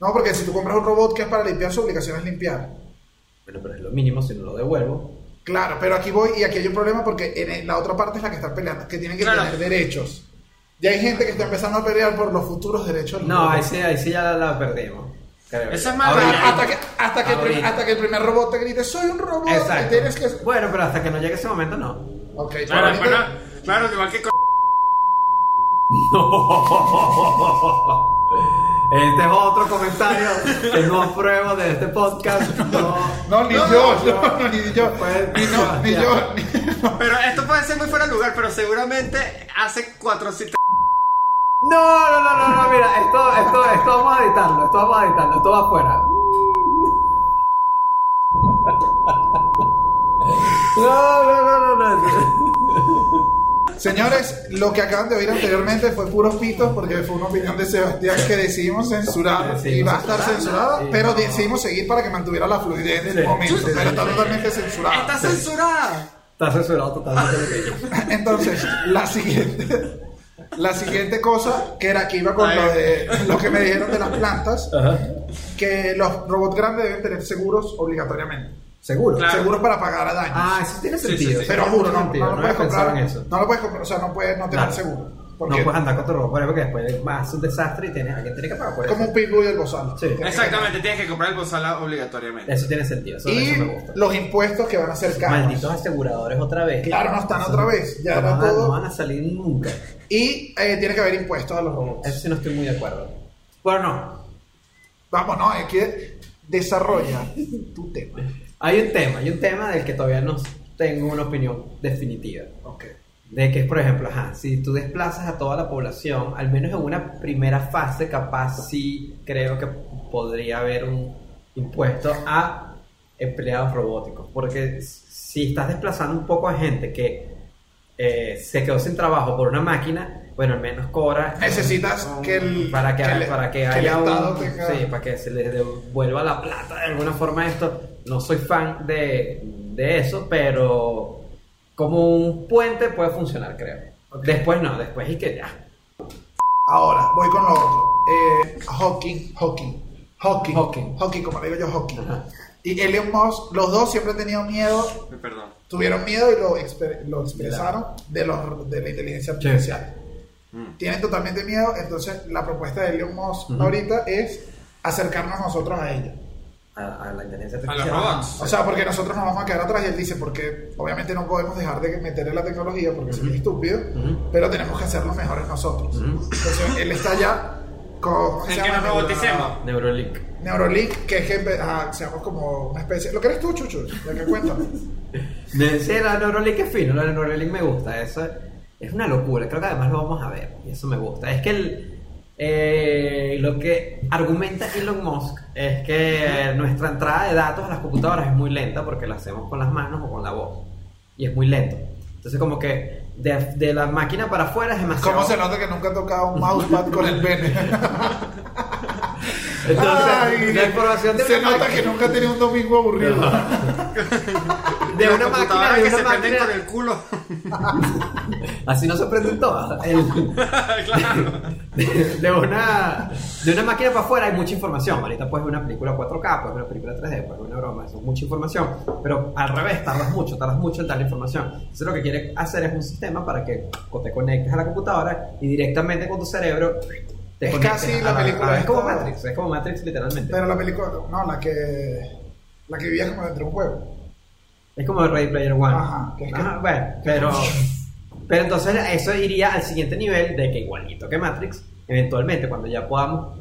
No, porque si tú compras un robot que es para limpiar, su obligación es limpiar.
Bueno, pero es lo mínimo si no lo devuelvo.
Claro, pero aquí voy y aquí hay un problema porque en la otra parte es la que está peleando, que tienen que
Claro.
tener derechos. Ya hay gente que está empezando a pelear por los futuros derechos.
No, ahí sí, ahí sí ya la, la perdimos. creo.
Eso es
Ah,
más
pero
Ahorita.
hasta, que, hasta, que el prim-
Ahorita.
hasta que el primer robot te grite, soy un robot, y
Exacto.
ah, tienes que...
Bueno, pero hasta que no llegue ese momento, no.
Ok,
Claro,
para mí
bueno,
te-
claro, igual que con...
Este es otro comentario que no apruebo de este podcast. No,
No, ni
No,
yo,
no,
no, ni yo,
Pues,
ni no, ni
ya.
yo, ni
Pero esto puede ser muy fuera de lugar, pero seguramente hace 400...
no, no, no, no, no, mira, esto, esto, esto vamos a editarlo, esto vamos a editarlo, esto va afuera. No, no, no, no, no.
Señores, lo que acaban de oír anteriormente fue puros pitos porque fue una opinión de Sebastián que decidimos censurar y
Decidimos
va a estar
censurarla,
censurada,
sí,
pero
no.
decidimos seguir para que mantuviera la fluidez del
Sí.
momento,
Sí, sí,
pero
sí,
está
sí.
totalmente censurada.
¡Está censurada!
Está censurado totalmente lo que yo.
Entonces, la siguiente, la siguiente cosa que era que iba con
Ay.
lo, de, lo que me dijeron de las plantas,
Ajá.
que los robots grandes deben tener seguros obligatoriamente,
¿Seguro?
Claro.
seguros para pagar a daños.
Ah, eso tiene
Sí,
sentido.
sí, sí.
pero juro, no, no,
Sentido,
lo puedes
había pensado
comprar,
en eso.
no lo puedes comprar, o sea, no puedes no tener
Claro.
seguro. ¿Por
no
qué?
puedes andar con tu ropa por ahí porque después vas a un desastre y tienes, alguien tiene que pagar por eso.
Como un pitbull del bozal.
Sí.
Exactamente, tienes que comprar el bozal obligatoriamente.
Eso tiene sentido, eso,
Y
eso me gusta.
los impuestos que van a ser caros.
Malditos aseguradores otra vez.
Claro, no están
Eso
otra
no-
vez, ya
no
era
van a-
todo.
No van a salir nunca.
Y eh, tiene que haber impuestos a los robots.
Eso sí no estoy muy de acuerdo. Bueno, no.
Vamos, no, es que desarrolla tu tema.
Hay un tema, hay un tema del que todavía no tengo una opinión definitiva.
Ok.
De que es, por ejemplo, ajá, si tú desplazas a toda la población, al menos en una primera fase, capaz sí creo que podría haber un impuesto a empleados robóticos. Porque si estás desplazando un poco a gente que eh, se quedó sin trabajo por una máquina, bueno, al menos cobra.
Necesitas
un-
que el-
Para que,
que le-
para que
que el
haya un-
Estado tenga-
sí, para que se les devuelva la plata de alguna forma esto. No soy fan de, de eso, pero como un puente puede funcionar, creo. Después no, después y que ya.
Ahora, voy con lo otro. Eh, Hawking, Hawking, Hawking,
Hawking.
Hawking, como le digo yo, Hawking.
Ajá.
Y Elon Musk, los dos siempre han tenido miedo,
Perdón.
tuvieron miedo y lo, exper- lo expresaron de, los, de la inteligencia
Sí.
artificial.
Mm.
Tienen totalmente miedo, entonces la propuesta de Elon Musk
Ujú.
ahorita es acercarnos nosotros a ella.
A, a la inteligencia
A
artificial.
los robots.
O sea, porque nosotros nos vamos a quedar atrás y él dice, porque obviamente no podemos dejar de meterle la tecnología porque sería estúpido,
Ujú.
pero tenemos que hacerlo mejores nosotros.
Ujú.
Entonces él está ya con... ¿cómo se
En que
llama?
nos roboticemos.
Neurolink.
Neurolink, que es que empe- ah, seamos como una especie. ¿Lo que eres tú, Chucho? ¿De qué cuéntame?
Sí, la Neurolink es fino, la Neurolink me gusta, eso es una locura, creo que además lo vamos a ver, y eso me gusta. Es que el, eh, lo que argumenta Elon Musk es que nuestra entrada de datos a las computadoras es muy lenta porque la hacemos con las manos o con la voz, y es muy lento. Entonces como que de, de la máquina para afuera es demasiado...
¿Cómo se nota que nunca he tocado un mousepad con el pene?
Entonces,
Ay,
la información de
se
una
nota
máquina-
que nunca he tenido un domingo aburrido.
de
Las
una máquina,
computadoras
de
que
una
se prenden
máquina-
con el culo.
Así no se prenden todas. El-
claro.
de, una, de una máquina para afuera hay mucha información. Ahorita puedes ver una película 4K, puedes ver una película 3D, puedes ver una broma, eso es mucha información. Pero al revés, tardas mucho, tardas mucho en dar la información. Entonces lo que quiere hacer es un sistema para que te conectes a la computadora y directamente con tu cerebro te
Es
conectes
casi
a
la película
Es como
esta-
Matrix, es como Matrix literalmente.
Pero la película, no, la que. La que vivías como dentro de un juego.
Es como Ready Player One.
Ajá, que es que-
Ajá, bueno, pero, pero entonces eso iría al siguiente nivel de que igualito que Matrix, eventualmente cuando ya podamos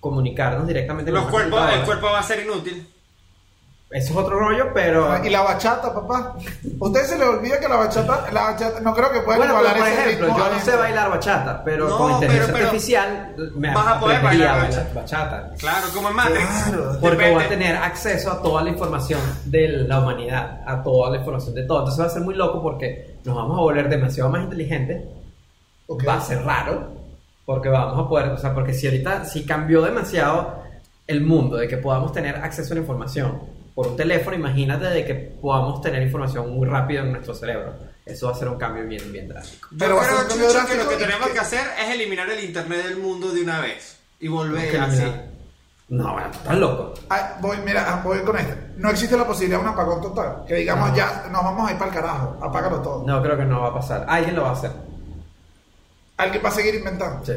comunicarnos directamente
Los
una
cuerpos, el
computadora.
cuerpo va a ser inútil.
Eso es otro rollo, pero...
Ah, Y la bachata, papá. ¿Usted se le olvida que la bachata. La bachata no creo que puedan
bueno,
igualar
pero por
ese
ejemplo,
ritmo
yo
a
no
eso.
sé bailar bachata, pero
No,
con inteligencia
pero- pero
artificial me
vas a poder
aprendería
bailar
a bachata.
Claro, como en Matrix.
Claro,
Porque
Depende.
va a tener acceso a toda la información de la humanidad, a toda la información de todo. Entonces va a ser muy loco porque nos vamos a volver demasiado más inteligentes
Ok.
va a ser raro porque vamos a poder, o sea, porque si ahorita si cambió demasiado el mundo de que podamos tener acceso a la información por un teléfono, imagínate de que podamos tener información muy rápido en nuestro cerebro. Eso va a ser un cambio bien, bien drástico.
Yo
Pero va a ser
creo,
un cambio
Chucho, que lo
drástico
que
y
tenemos
que-
que hacer es eliminar el internet del mundo de una vez. Y
Que
volver
la
así.
mierda. No, bueno, tú estás loco.
Ah, voy, mira, voy con esto. No existe la posibilidad de un apagón total. Que digamos, ya nos vamos a ir para el carajo. Apágalo todo.
No, creo que no va a pasar. Alguien lo va a hacer.
Alguien va a seguir inventando.
Sí.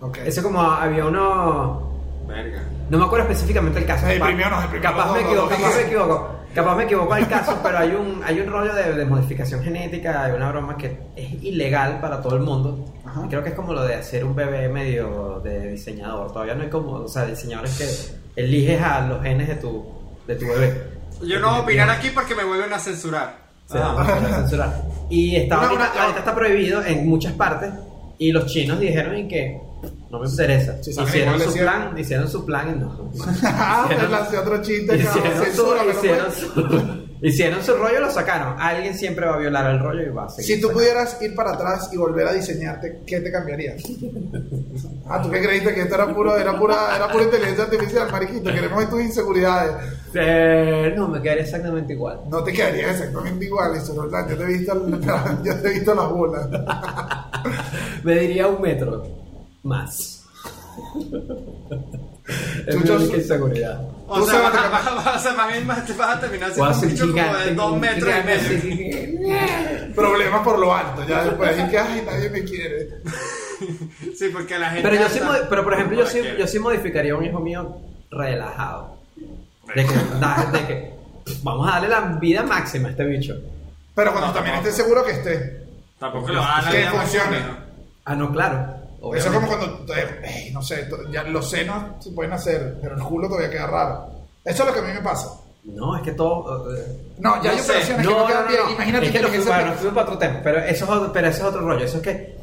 Ok.
Eso como había uno...
Verga.
No me acuerdo específicamente el caso.
Se
Capaz-
deprimió, nos deprimió.
Capaz me
No, no,
equivoco,
no,
capaz
dije.
me equivoco. Capaz me equivoco el caso, pero hay un, hay un rollo de, de modificación genética, hay una broma que es ilegal para todo el mundo.
Ajá.
Y creo que es como lo de hacer un bebé medio de diseñador. Todavía no hay como, o sea, diseñadores que eliges a los genes de tu, de tu bebé.
Yo no voy a opinar
Bien.
aquí porque me vuelven a censurar. Ah.
O sea, no se puede censurar. Y está
Una-
ahorita,
una-
ahorita está prohibido en muchas partes. Y los chinos dijeron y que no me interesa.
Sí, saben,
hicieron
igual
su
decían-
plan, hicieron su plan y no.
Ah, me
pues
Hicieron-
lancé otro chiste. cabrón.
Hicieron su,
Censúrame, no
hicieron,
puedes.
su, hicieron su rollo y lo sacaron. Alguien siempre va a violar el rollo y va a seguir.
Si tú
sacando.
pudieras ir para atrás y volver a diseñarte, ¿qué te cambiarías? Ah, ¿tú qué creíste que esto era puro, era pura, era pura inteligencia artificial, mariquito? Queremos ver tus inseguridades.
Eh, no, me quedaría exactamente igual.
No te quedarías exactamente igual, eso, ¿verdad? Yo te he visto, yo te he visto las bolas.
Me diría un metro más. Es mi
Chucho-
única inseguridad.
O
Tú
sea,
sabes
vas,
que-
a- vas a- vas a- más bien vas- te vas a terminar
Voy a
siendo un
ser
bicho como
gigante.
de dos metros y medio.
medio.
Problemas por lo alto, ya después es que ay, nadie me quiere.
Sí, porque la gente.
Pero yo
hasta-
sí, modi- pero por ejemplo, yo
la
sí,
quiere.
yo sí modificaría a un hijo mío relajado. De que, de que vamos a darle la vida máxima a este bicho.
Pero cuando
No,
también
no.
esté seguro que esté.
Tampoco lo van a
Que
dar la
funcione.
vida.
Ah, no, claro.
Eso es
obviamente.
como cuando, eh, ey, no sé, to- ya los senos se pueden hacer, pero el culo todavía queda raro. Eso es lo que a mí me pasa.
No, es que todo. eh,
No, ya
No
hay
sé,
operaciones que no quedan bien. Imagínate
es que, no
en
fui
ese-
para, no fui para otro tema, pero eso, es otro, pero eso es otro rollo. Eso es que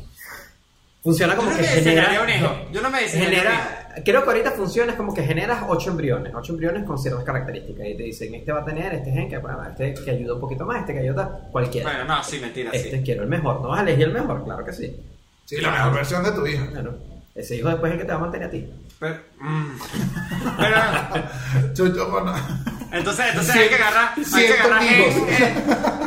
funciona como
Yo no
que
me diseñaría
genera.
un hijo. Yo no me diseñaría
genera, Creo que ahorita funciona es como que generas ocho embriones, ocho embriones con ciertas características y te dicen este va a tener este gen que, bueno, este que ayuda un poquito más, este que ayuda cualquiera.
Bueno, no, sí, mentira,
este
sí.
quiero el mejor, no vas a elegir el mejor, claro que sí.
Sí, la mejor versión de tu hija.
Claro. Ese hijo después es el que te va a mantener a ti.
Pero. mm. Pero.
Chucho, bueno.
Entonces, entonces hay que agarrar. Hay que
Cientos
agarrar.
hijos.
eh, eh.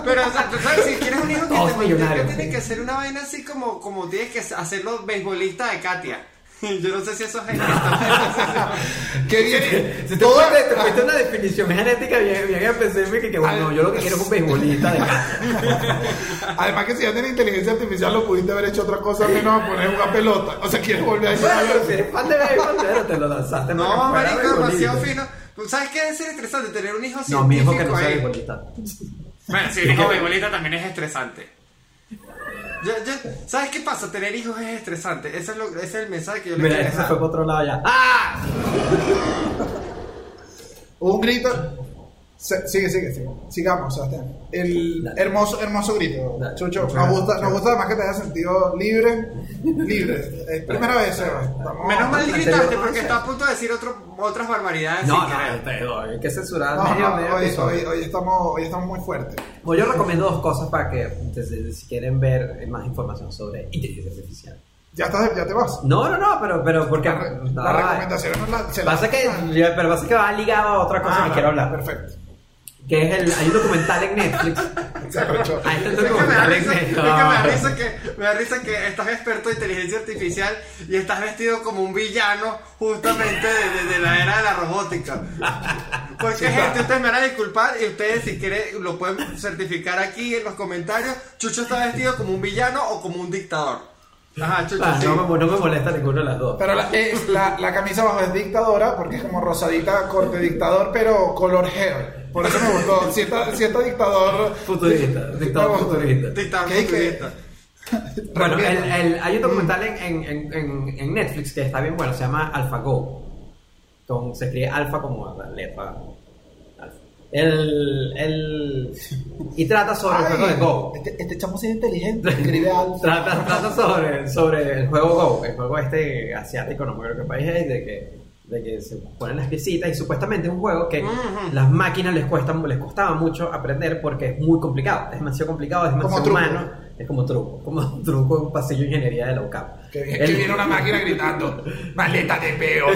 Pero, o sea, tú sabes, si quieres un hijo que
Todos
te mantenga,
millonarios.
tiene que ser una vaina así como, como tienes que hacerlo beisbolista de Katia. Yo no sé si eso es
Qué bien.
Si te
Todo-
fuiste, te fuiste una definición genética bien, bien específica que, que bueno, yo lo que quiero es un beisbolista de
este, Además que si ya tienes inteligencia artificial lo pudiste haber hecho otra cosa menos a poner una pelota. O sea, quieres volver a decir
Bueno, si eres fan de béisbol, pero te lo lanzaste.
No,
para que
marico,
fuera
demasiado
beisbolista.
fino. ¿Tú ¿Sabes qué debe ser estresante? Tener un hijo
No, mi hijo que
científico
no sea
ahí.
beisbolista.
Bueno, sí, hijo beisbolista también es estresante. Yo, yo, ¿Sabes qué pasa? Tener hijos es estresante. Ese es, lo, ese es el mensaje que yo le
Mira,
quiero
ese se
dejar.
fue para otro lado ya. ¡Ah!
Un grito. Se- sigue, sigue, sigue. Sigamos, Sebastián. El
Dale.
hermoso, hermoso grito.
Dale.
Chucho, nos
Muchas gracias.
gusta, nos gusta además que te hayas sentido libre. Libre. Eh, primera vez, Seba. Estamos-
Menos mal
¿En
gritaste
serio?
porque está a punto de decir otro, otras barbaridades
No, este,
sin
no,
querer.
perdón, hay que censurar
No,
medio,
no,
medio
hoy,
episodio.
hoy- hoy estamos, hoy estamos muy fuertes.
Bueno, yo recomiendo dos cosas para que, desde- si quieren ver eh, más información sobre inteligencia artificial.
Ya, estás, ya te vas.
No, no, no, pero, pero porque...
La, re- la
Ah,
recomendación no la, se la-
Pasa que, ya, pero pasa que va ligado a otra cosa
Ah,
que quiero hablar.
Perfecto.
Que es el... Hay un documental en Netflix.
Se arrechó.
Ahí está el
Es que me da
documental en
risa, es que
Netflix. Ah,
me da risa que me da risa que estás experto en inteligencia artificial y estás vestido como un villano justamente de, de- de la era de la robótica. Porque gente, ustedes me van a disculpar y ustedes si quieren lo pueden certificar aquí en los comentarios. Chucho está vestido como un villano o como un dictador. Ajá, Chucho.
Ah,
sí.
no, me, no me molesta ninguna de las dos.
Pero la, eh, la, la camisa abajo es dictadora porque es como rosadita, corte dictador, pero color hair. Por eso me gustó. Si está, si está dictador.
Futurista, dictador futurista.
Dictador
¿Qué- qué?
futurista.
Bueno, el,
Repito.
el- hay un
Mm.
documental en, en- en- en- en Netflix que está bien bueno, se llama AlphaGo. Con, se escribe alfa como la letra. alfa. El, el, y trata sobre el
Ay,
juego de Go.
Este, este chamo sí es inteligente. Escribe algo.
Trata, trata sobre, sobre el juego Go, el juego este asiático, no me acuerdo qué país es, de que, de que se ponen las piecitas y supuestamente es un juego que
Ujú.
las máquinas les, cuesta, les costaba mucho aprender porque es muy complicado, es demasiado complicado, es demasiado
truco.
humano, es como truco, como un truco en un pasillo de ingeniería de la UCAP.
Que,
El-
que viene una máquina gritando: ¡Maleta de peo!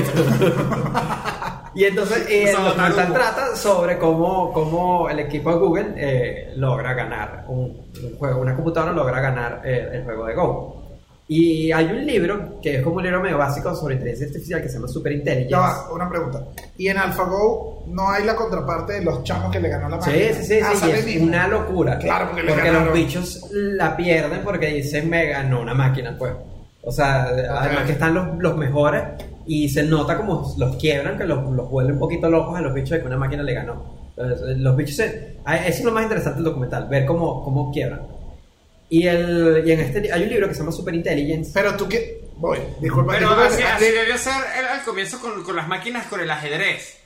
Y entonces eh,
Vamos a
el
matar
documental
humo.
trata sobre cómo, cómo el equipo de Google eh, logra ganar un, un juego, una computadora logra ganar eh, el juego de Go. Y hay un libro que es como un libro medio básico sobre inteligencia artificial que se llama Superintelligence.
Ya va, una pregunta. ¿Y en AlphaGo no hay la contraparte de los chamos que le ganó la
Sí,
máquina?
sí, sí,
Ah,
sí,
sale
y es
mismo.
una locura.
Claro, porque le
los
ganaron.
bichos la pierden porque dicen me ganó una máquina, pues. O sea, además que están los, los mejores y se nota como los quiebran, que los, los vuelven un poquito locos a los bichos de que una máquina le ganó. Entonces, los bichos se- ah, Eso es lo más interesante del documental, ver cómo, cómo quiebran. Y, el, y en este li- hay un libro que se llama Superintelligence.
Pero tú que. Voy, disculpa.
Pero
disculpa,
así,
ah,
así debió ser el- al comienzo con, con las máquinas, con el ajedrez.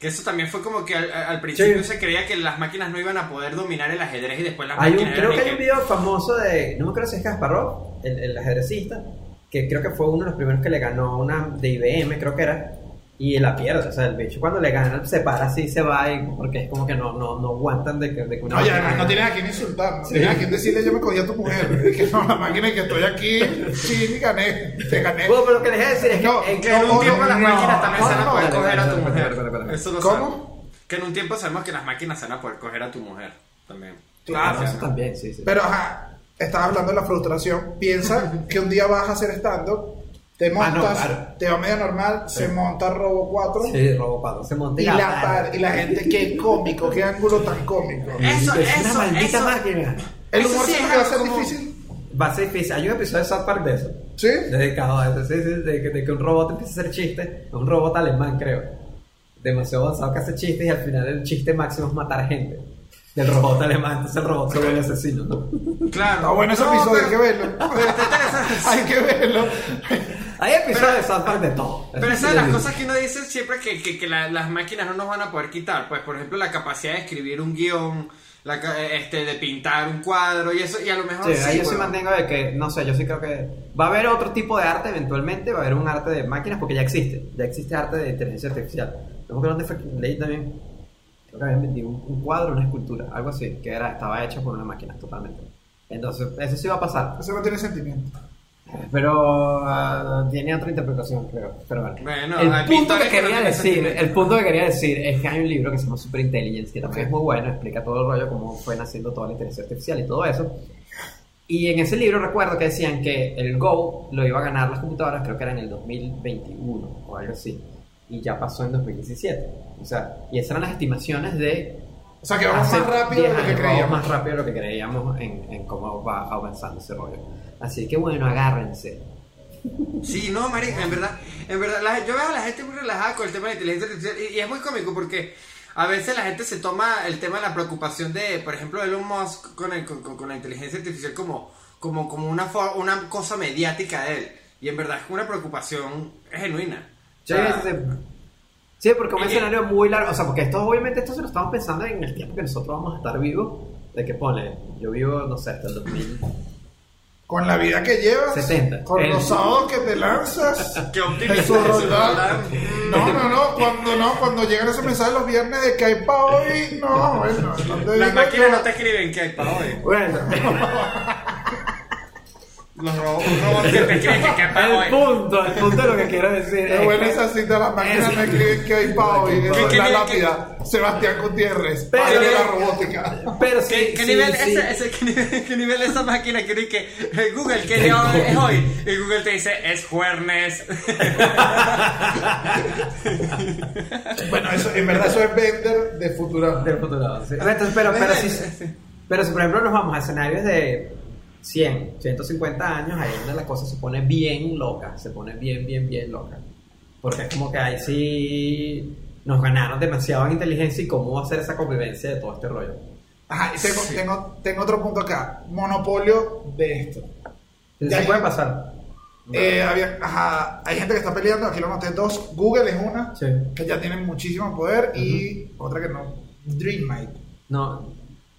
Que eso también fue como que al, al principio
Sí.
se creía que las máquinas no iban a poder dominar el ajedrez y después las
Hay un,
máquinas
creo que
eran
hay un
que-
video famoso de, no me acuerdo si es Kasparov, el, el ajedrecista, que creo que fue uno de los primeros que le ganó a una de IBM, creo que era, y la pierde, o sea, el bicho cuando le gana se para así, se va, y- porque es como que no, no, no aguantan de que, de que una
No, y
máquina
además no
gane.
tienes a quién insultar, no
Sí.
tienes a quién decirle yo me cogí a tu mujer. Es que no, la máquina es que estoy aquí, sí, y gané, te gané.
Bueno, pero lo que les voy a decir es que...
No,
en-
Que en un
No,
tiempo las
no,
máquinas también se van a
no,
poder
no,
coger a
no,
tu
no,
mujer.
no, no, no, no.
Eso lo
¿Cómo?
sabemos. Que en un tiempo sabemos que las máquinas se van a poder coger a tu mujer también.
Claro,
O sea,
Ah, eso también, sí, sí.
Pero ajá, estabas hablando de la frustración. Piensa que un día vas a hacer stand-up Te
Ah, no,
montas,
claro.
te va medio normal, se monta Robo 4
Sí, robo pato, se monta
y, la par- y la gente, qué cómico, qué ángulo tan cómico.
Eso,
es
eso,
una maldita
eso.
máquina.
El
Eso
humor
sí
siempre va
es
a
algo
ser
como-
difícil.
Va a ser difícil. Hay un episodio de South Park de eso.
¿Sí?
Dedicado a eso, sí, sí, de que, de que un robot empieza a hacer chistes. Un robot alemán, creo. Demasiado avanzado que hace chistes y al final el chiste máximo es matar gente. Del robot alemán, entonces el robot se vuelve asesino, ¿no?
Claro.
Ah,
Está bueno ese
No,
episodio, hay
pero-
que verlo.
pero está interesante.
Hay que verlo.
Hay episodios de South Park de todo.
Pero esa es de las cosas que uno dice siempre que, que- que la- las máquinas no nos van a poder quitar. Pues, por ejemplo, la capacidad de escribir un guión, la, ca- este, de pintar un cuadro y eso, y a lo mejor
Sí, ahí yo sí
huevón.
mantengo de que, no sé, yo sí creo que va a haber otro tipo de arte eventualmente, va a haber un arte de máquinas porque ya existe, ya existe arte de inteligencia artificial. No me acuerdo dónde fue que leí también, creo que habían vendido un, un cuadro, una escultura, algo así, que era, estaba hecho por una máquina totalmente. Entonces, eso sí va a pasar,
Eso no tiene sentimiento.
pero ah, tiene otra interpretación, creo. Pero bueno.
Bueno,
el
hay
punto
pintores
que quería
no tienen
decir,
sentimiento.
el punto que quería decir es que hay un libro que se llama Superintelligence, que también
Ok.
es muy bueno, explica todo el rollo, cómo fue naciendo toda la inteligencia artificial y todo eso. Y en ese libro recuerdo que decían que el Go lo iba a ganar las computadoras, creo que era en el 2021 o algo así. Y ya pasó en 2017. O sea, y esas eran las estimaciones de
O sea, que vamos más
Hace
rápido de
10
lo que
años,
creíamos.
Vamos más rápido de lo que creíamos en, en cómo va avanzando ese rollo. Así que bueno, agárrense.
Sí, no, marica, en verdad, en verdad, la- yo veo a la gente muy relajada con el tema de la inteligencia artificial y, y es muy cómico porque a veces la gente se toma el tema de la preocupación de, por ejemplo, Elon Musk con, el- con, con- con la inteligencia artificial como, como, como una, for- una cosa mediática de él y en verdad es una preocupación genuina. O
Sí,
sea,
sí, sí. Sí, porque un
Ah. Y-
escenario muy largo. O sea, porque esto, obviamente, esto se lo estamos pensando en el tiempo que nosotros vamos a estar vivos. De que pone, yo vivo, no sé, hasta el 2070.
Con la vida que llevas,
70.
con
El-
los sábados que te lanzas.
Qué optimista
Jesús
ese
Roldán.
Roldán.
No, no, no, cuando no, cuando llegan esos mensajes los viernes de que hay pa' hoy, no, bueno, no te
Las
digo
máquinas
que-
no te escriben que hay eh. para hoy.
Bueno,
Los robots, robots que te escriben que eh. hay para
el
hoy.
punto, el punto de lo que quiero decir
Qué buena
es.
esa cita, las máquinas no escriben que hay pa' hoy,
¿Qué-
es
qué-
la
qué-
lápida, Sebastián Gutiérrez,
Pero-
padre de la robótica.
Pero sí,
¿Qué, qué
sí,
nivel
sí.
Ese, ese- qué nivel- qué nivel esa máquina que dice que eh, Google que día es hoy y Google te dice es jueves
Bueno, eso, en verdad eso es vender de Futurama.
Del futuro, sí. O sea, entonces, pero, pero, si, pero si, por ejemplo, nos vamos a escenarios de 100, 150 años, ahí es donde la cosa se pone bien loca. Se pone bien, bien, bien loca. Porque es como que ahí sí nos ganaron demasiado en inteligencia y cómo va a ser esa convivencia de todo este rollo.
Ajá, y tengo, tengo, tengo otro punto acá, monopolio de esto.
Entonces,
Ya,
¿sí
ya.
puede pasar.
Eh, había- ajá, hay gente que está peleando, aquí lo noté dos. Google es una
Sí.
que ya tiene muchísimo poder y otra que no. DreamMate.
No.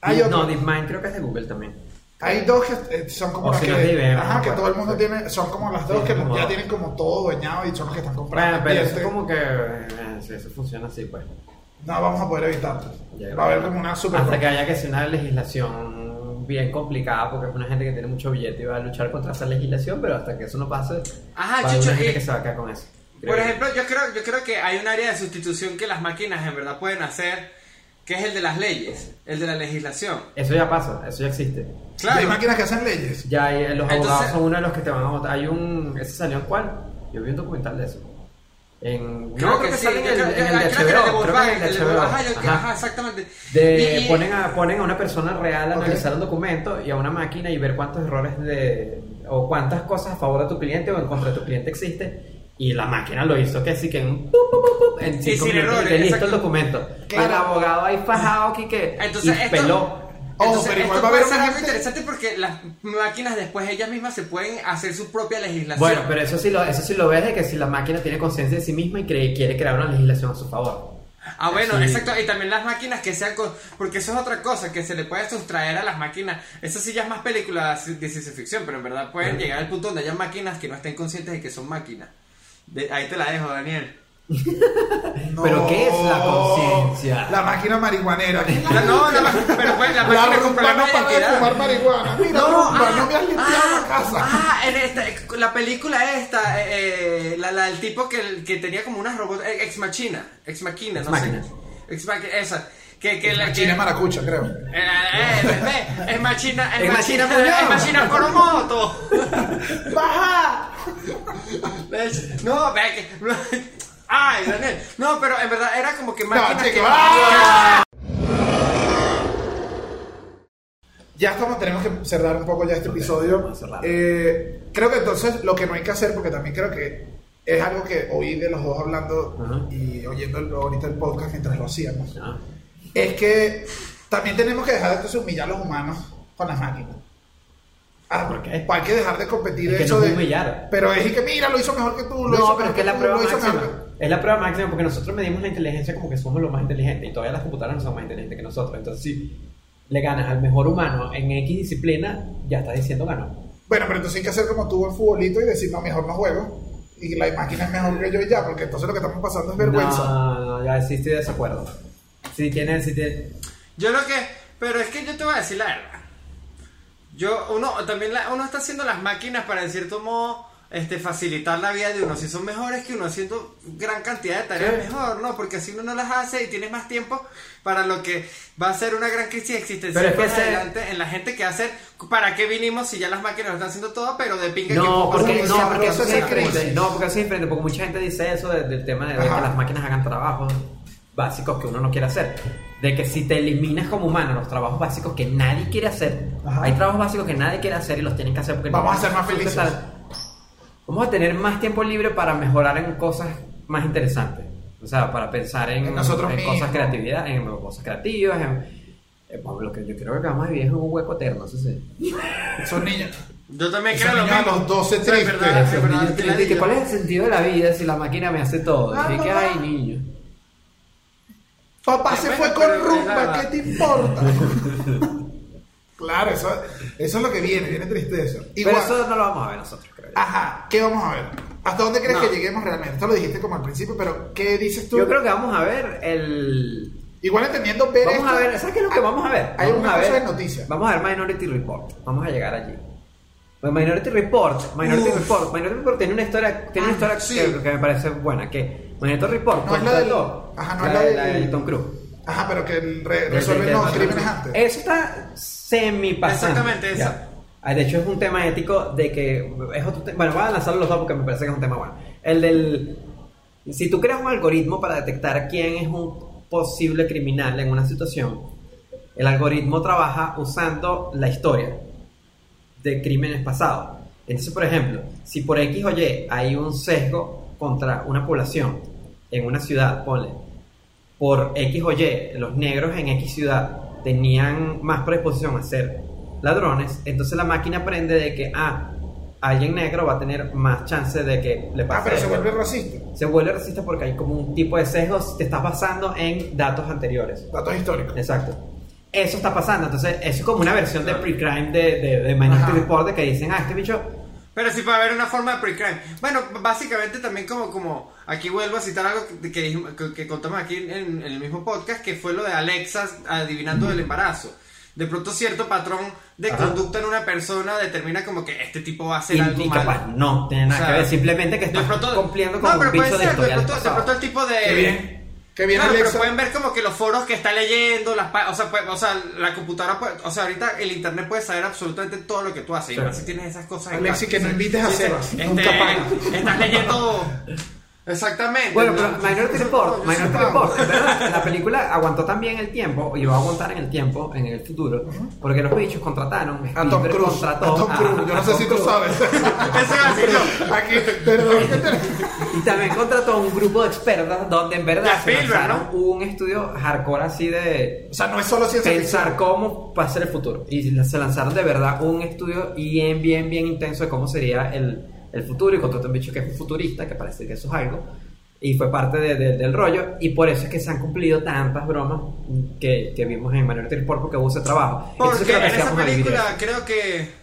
Hay
no,
otro.
DeepMind creo que es de Google también.
Hay dos que eh, son como
O
las
si
que,
los IBM,
ajá,
¿no?
que todo el mundo
Sí.
tiene, son como las dos
Sí,
que
como-
ya tienen como todo dueñado y son los que están comprando.
Bueno, pero eso
Este,
es como que. eh, sí, eso funciona así, pues.
No vamos a poder evitarlo.
Ya,
Va a haber como una super.
Hasta que haya que hacer una legislación bien complicada, porque es una gente que tiene mucho billete y va a luchar contra esa legislación, pero hasta que eso no pase,
Ajá,
va a haber
Chucho,
una gente
eh,
que se va a quedar con eso. creo
por
yo.
ejemplo yo creo yo creo que hay un área de sustitución que las máquinas en verdad pueden hacer que es el de las leyes el de la legislación
Eso ya pasa, eso ya existe.
Hay
claro
máquinas que hacen leyes.
Ya hay- eh, los abogados
Entonces-
son uno de los que te van a votar. Hay un... ¿Ese salió en cuál? Yo vi un documental de eso. En...
Creo que sí,
sale
yo creo-
en el de
creo que era el de
HBO, creo que en
Volkswagen,
el de
el de-
HBO.
ajá, yo-
Ajá.
ajá, exactamente.
De,
Y- y-
ponen, a, ponen a una persona real a
Ok.
analizar un documento y a una máquina y ver cuántos errores de, o cuántas cosas a favor de tu cliente o en contra de tu cliente existe. Y la máquina lo hizo que así que en, pup, pup, pup, pup, en
Y
cinco
sin
minutos
errores,
y listo
exacto.
el documento.
Claro.
El abogado ahí fajado aquí que
Entonces,
y
esto-
peló.
Ojo,
Entonces,
pero igual
esto
va a haber
puede ser
una
algo
gente-
interesante porque las máquinas después ellas mismas se pueden hacer su propia legislación.
Bueno, pero eso sí lo, eso sí lo ves de que si la máquina tiene conciencia de sí misma y cree- quiere crear una legislación a su favor.
Ah, bueno,
Sí.
exacto. Y también las máquinas que sean. con- Porque eso es otra cosa que se le puede sustraer a las máquinas. Eso sí ya es más película de ciencia ficción, pero en verdad pueden
Ujú.
llegar al punto donde haya máquinas que no estén conscientes de que son máquinas. De- ahí te la dejo, Daniel.
Pero ¿qué es la conciencia?
La máquina marihuanera. ¿Quién la-
No, no, la- pero pues
La
la máquina con
rumba no
problemas de
para de
identidad.
fumar marihuana. Mira, rumba, no me has limpiado
ah,
la casa.
Ah, en esta, la película esta, eh, eh, la, la del tipo que, que tenía como unas robots, eh, ex machina, ex machina,
Ex
no
Machina.
sé. Ex machina, esa. Que, que, la, que-
China es maracucha, creo.
Eh, eh, eh, eh, Es machina, es
Es
machina,
machina, coño.
es machina con moto.
¡Baja!
¿Ves? No, vea que. no. Ay, Daniel. No, pero en verdad era como que máquinas
chico,
que-
¡ah! Ya estamos, tenemos que cerrar un poco ya este
Ok,
episodio.
vamos a cerrar.
Eh, creo que entonces lo que no hay que hacer, porque también creo que es algo que oí de los dos hablando
Ajá.
y oyendo el- ahorita el podcast mientras lo hacíamos,
Ah,
es que también tenemos que dejar de entonces humillar a los humanos con las máquinas. Ah,
¿Por qué?
Hay que dejar de competir
Es que
eso
no es
de.
humillar.
Pero es que mira, lo hizo mejor que tú, lo hizo mejor
No, pero es que es la
tú,
prueba
lo hizo mejor
máxima. Es la prueba máxima porque nosotros medimos la inteligencia como que somos los más inteligentes y todavía las computadoras no son más inteligentes que nosotros. Entonces, si le ganas al mejor humano en X disciplina, ya estás diciendo ganó.
Bueno, pero entonces hay que hacer como tú el futbolito y decir, no, mejor no juego. Y la máquina es mejor que yo y ya, porque entonces lo que estamos pasando es vergüenza.
No, no, ya sí estoy de desacuerdo. Si tienes, si tienes.
Yo lo que. Pero es que yo te voy a decir la verdad. Yo, uno, también la- uno está haciendo las máquinas para en cierto modo este, facilitar la vida de uno. Si son mejores que uno, haciendo gran cantidad de tareas mejor, ¿no? Porque así uno no las hace y tienes más tiempo para lo que va a ser una gran crisis existencial
Pero es que
más
ese-
adelante en la gente que hace. ¿Para qué vinimos si ya las máquinas lo están haciendo todo, pero de pinga que
No,
pasa
porque,
un
no,
desarrollo
porque eso es
se
social.
crece.
diferente. No, porque eso es diferente. Porque mucha gente dice eso de- del tema de, de que
Ajá.
las máquinas hagan trabajos básicos que uno no quiere hacer. De que si te eliminas como humano los trabajos básicos que nadie quiere hacer,
Ajá.
hay trabajos básicos que nadie quiere hacer y los tienen que hacer porque
Vamos
no-
a ser más felices.
Vamos a tener más tiempo libre para mejorar en cosas más interesantes. O sea, para pensar en,
En nosotros
en
mismos.
cosas creatividad, en cosas creativas, en eh, Pablo, lo que yo creo que vamos a vivir es un hueco eterno, eso sí.
Son niños.
Yo también
Esos
creo lo
niños a
mismo.
los 12
O sea, es
tristes.
verdad, es
Esos
verdad,
niños
te la
tristes, que
digo.
¿Cuál es el sentido de la vida si la máquina me hace todo?
Ah,
Así que,
mamá.
ay, niño.
Papá
Pero
se
bueno,
fue con
pero es
rumba,
la-
¿qué te importa? claro, eso, eso es lo que viene, viene tristeza. Igual,
Pero eso no lo vamos a ver nosotros, creo yo.
ajá, ¿qué vamos a ver? ¿Hasta dónde crees
No.
que lleguemos realmente? Esto lo dijiste como al principio, pero ¿qué dices tú?
Yo creo que vamos a ver el.
Igual entendiendo ver Eh,
Vamos
esto- ah,
a ver, ¿sabes qué es lo que vamos a ver?
Hay
vamos
una
a ver,
cosa de noticias.
Vamos a ver Minority Report. Vamos a llegar allí. Pues Minority Report, Minority
Uf.
Report, Minority Report tiene una historia, tiene una historia
Sí.
que, que me parece buena, que Minority Report
Ah, No es la del-
contrató
ajá, no es la del-
de Tom Cruise.
Ajá, pero que re-
Del-
resuelven
del-
los
del-
crímenes antes.
Eso está semi pasando.
Exactamente,
ya.
eso.
Ah, De hecho es un tema ético de que es otro tema. Bueno, voy a lanzar los dos porque me parece que es un tema bueno. El del si tú creas un algoritmo para detectar quién es un posible criminal en una situación, el algoritmo trabaja usando la historia de crímenes pasados. Entonces, por ejemplo, si por X o Y hay un sesgo contra una población en una ciudad, ponle, por X o Y, los negros en X ciudad tenían más predisposición a ser ladrones, entonces la máquina aprende de que, ah, alguien negro va a tener más chance de que le pase
Ah, pero se
esto
vuelve racista.
se vuelve racista porque hay como un tipo de sesgos, te estás basando en datos anteriores.
Datos históricos.
Exacto. Eso está pasando, entonces eso es como una versión de
Claro.
pre-crime de, de, de Minority
Ajá.
Report de que dicen, ah, este bicho,
Pero sí puede haber una forma de pre-crime. Bueno, básicamente también como, como aquí vuelvo a citar algo que, que, dijimos- que- que contamos aquí en, en el mismo podcast, que fue lo de Alexa adivinando el embarazo. De pronto cierto patrón de
Ajá.
conducta en una persona determina como que este tipo va a hacer
y,
algo
y capaz,
malo.
pues, no tiene nada
O sea,
que ver, simplemente que
De
estás
pronto,
cumpliendo con
no,
un
pero puede
bicho de
ser, de
historial
pronto, de
pasado.
pronto el tipo de...
Qué bien. Qué
Ah,
bien,
Claro,
Alexa.
pero pueden ver como que los foros que está leyendo, las pa- o, sea, pues, o sea, la computadora, puede- o sea, ahorita el internet puede saber absolutamente todo lo que tú haces.
Sí.
Y más si tienes esas cosas. en
Alexi,
casa.
que no invites a
Sí, sí.
Sebas.
Este,
Nunca paga.
Estás leyendo. Exactamente.
Bueno,
¿no?
pero Minority Report,
No, yo
Minority
soy
Report, en verdad, la película aguantó también el tiempo, y va a aguantar en el tiempo, en el futuro, porque los bichos contrataron,
A Tom
Spielberg
Cruise.
contrató
a Tom Cruise. Yo
a
no sé
Tom
si tú
Cruise.
sabes.
Eso iba a decir yo.
Aquí, perdón. que te-
Y también contrató un grupo de expertos donde en verdad
Ya,
se
Spielberg,
lanzaron un estudio hardcore así de
O sea, no es solo ciencia
pensar cómo va a ser el futuro. Y se lanzaron de verdad un estudio bien, bien, bien intenso de cómo sería el, el futuro. Y contrató un bicho que es un futurista, que parece que eso es algo. Y fue parte de- de- del rollo. Y por eso es que se han cumplido tantas bromas que, que vimos en Minority Report porque hubo ese trabajo. Entonces
Porque
creo
en
que sí
esa
vamos a vivir
película,
eso.
creo que.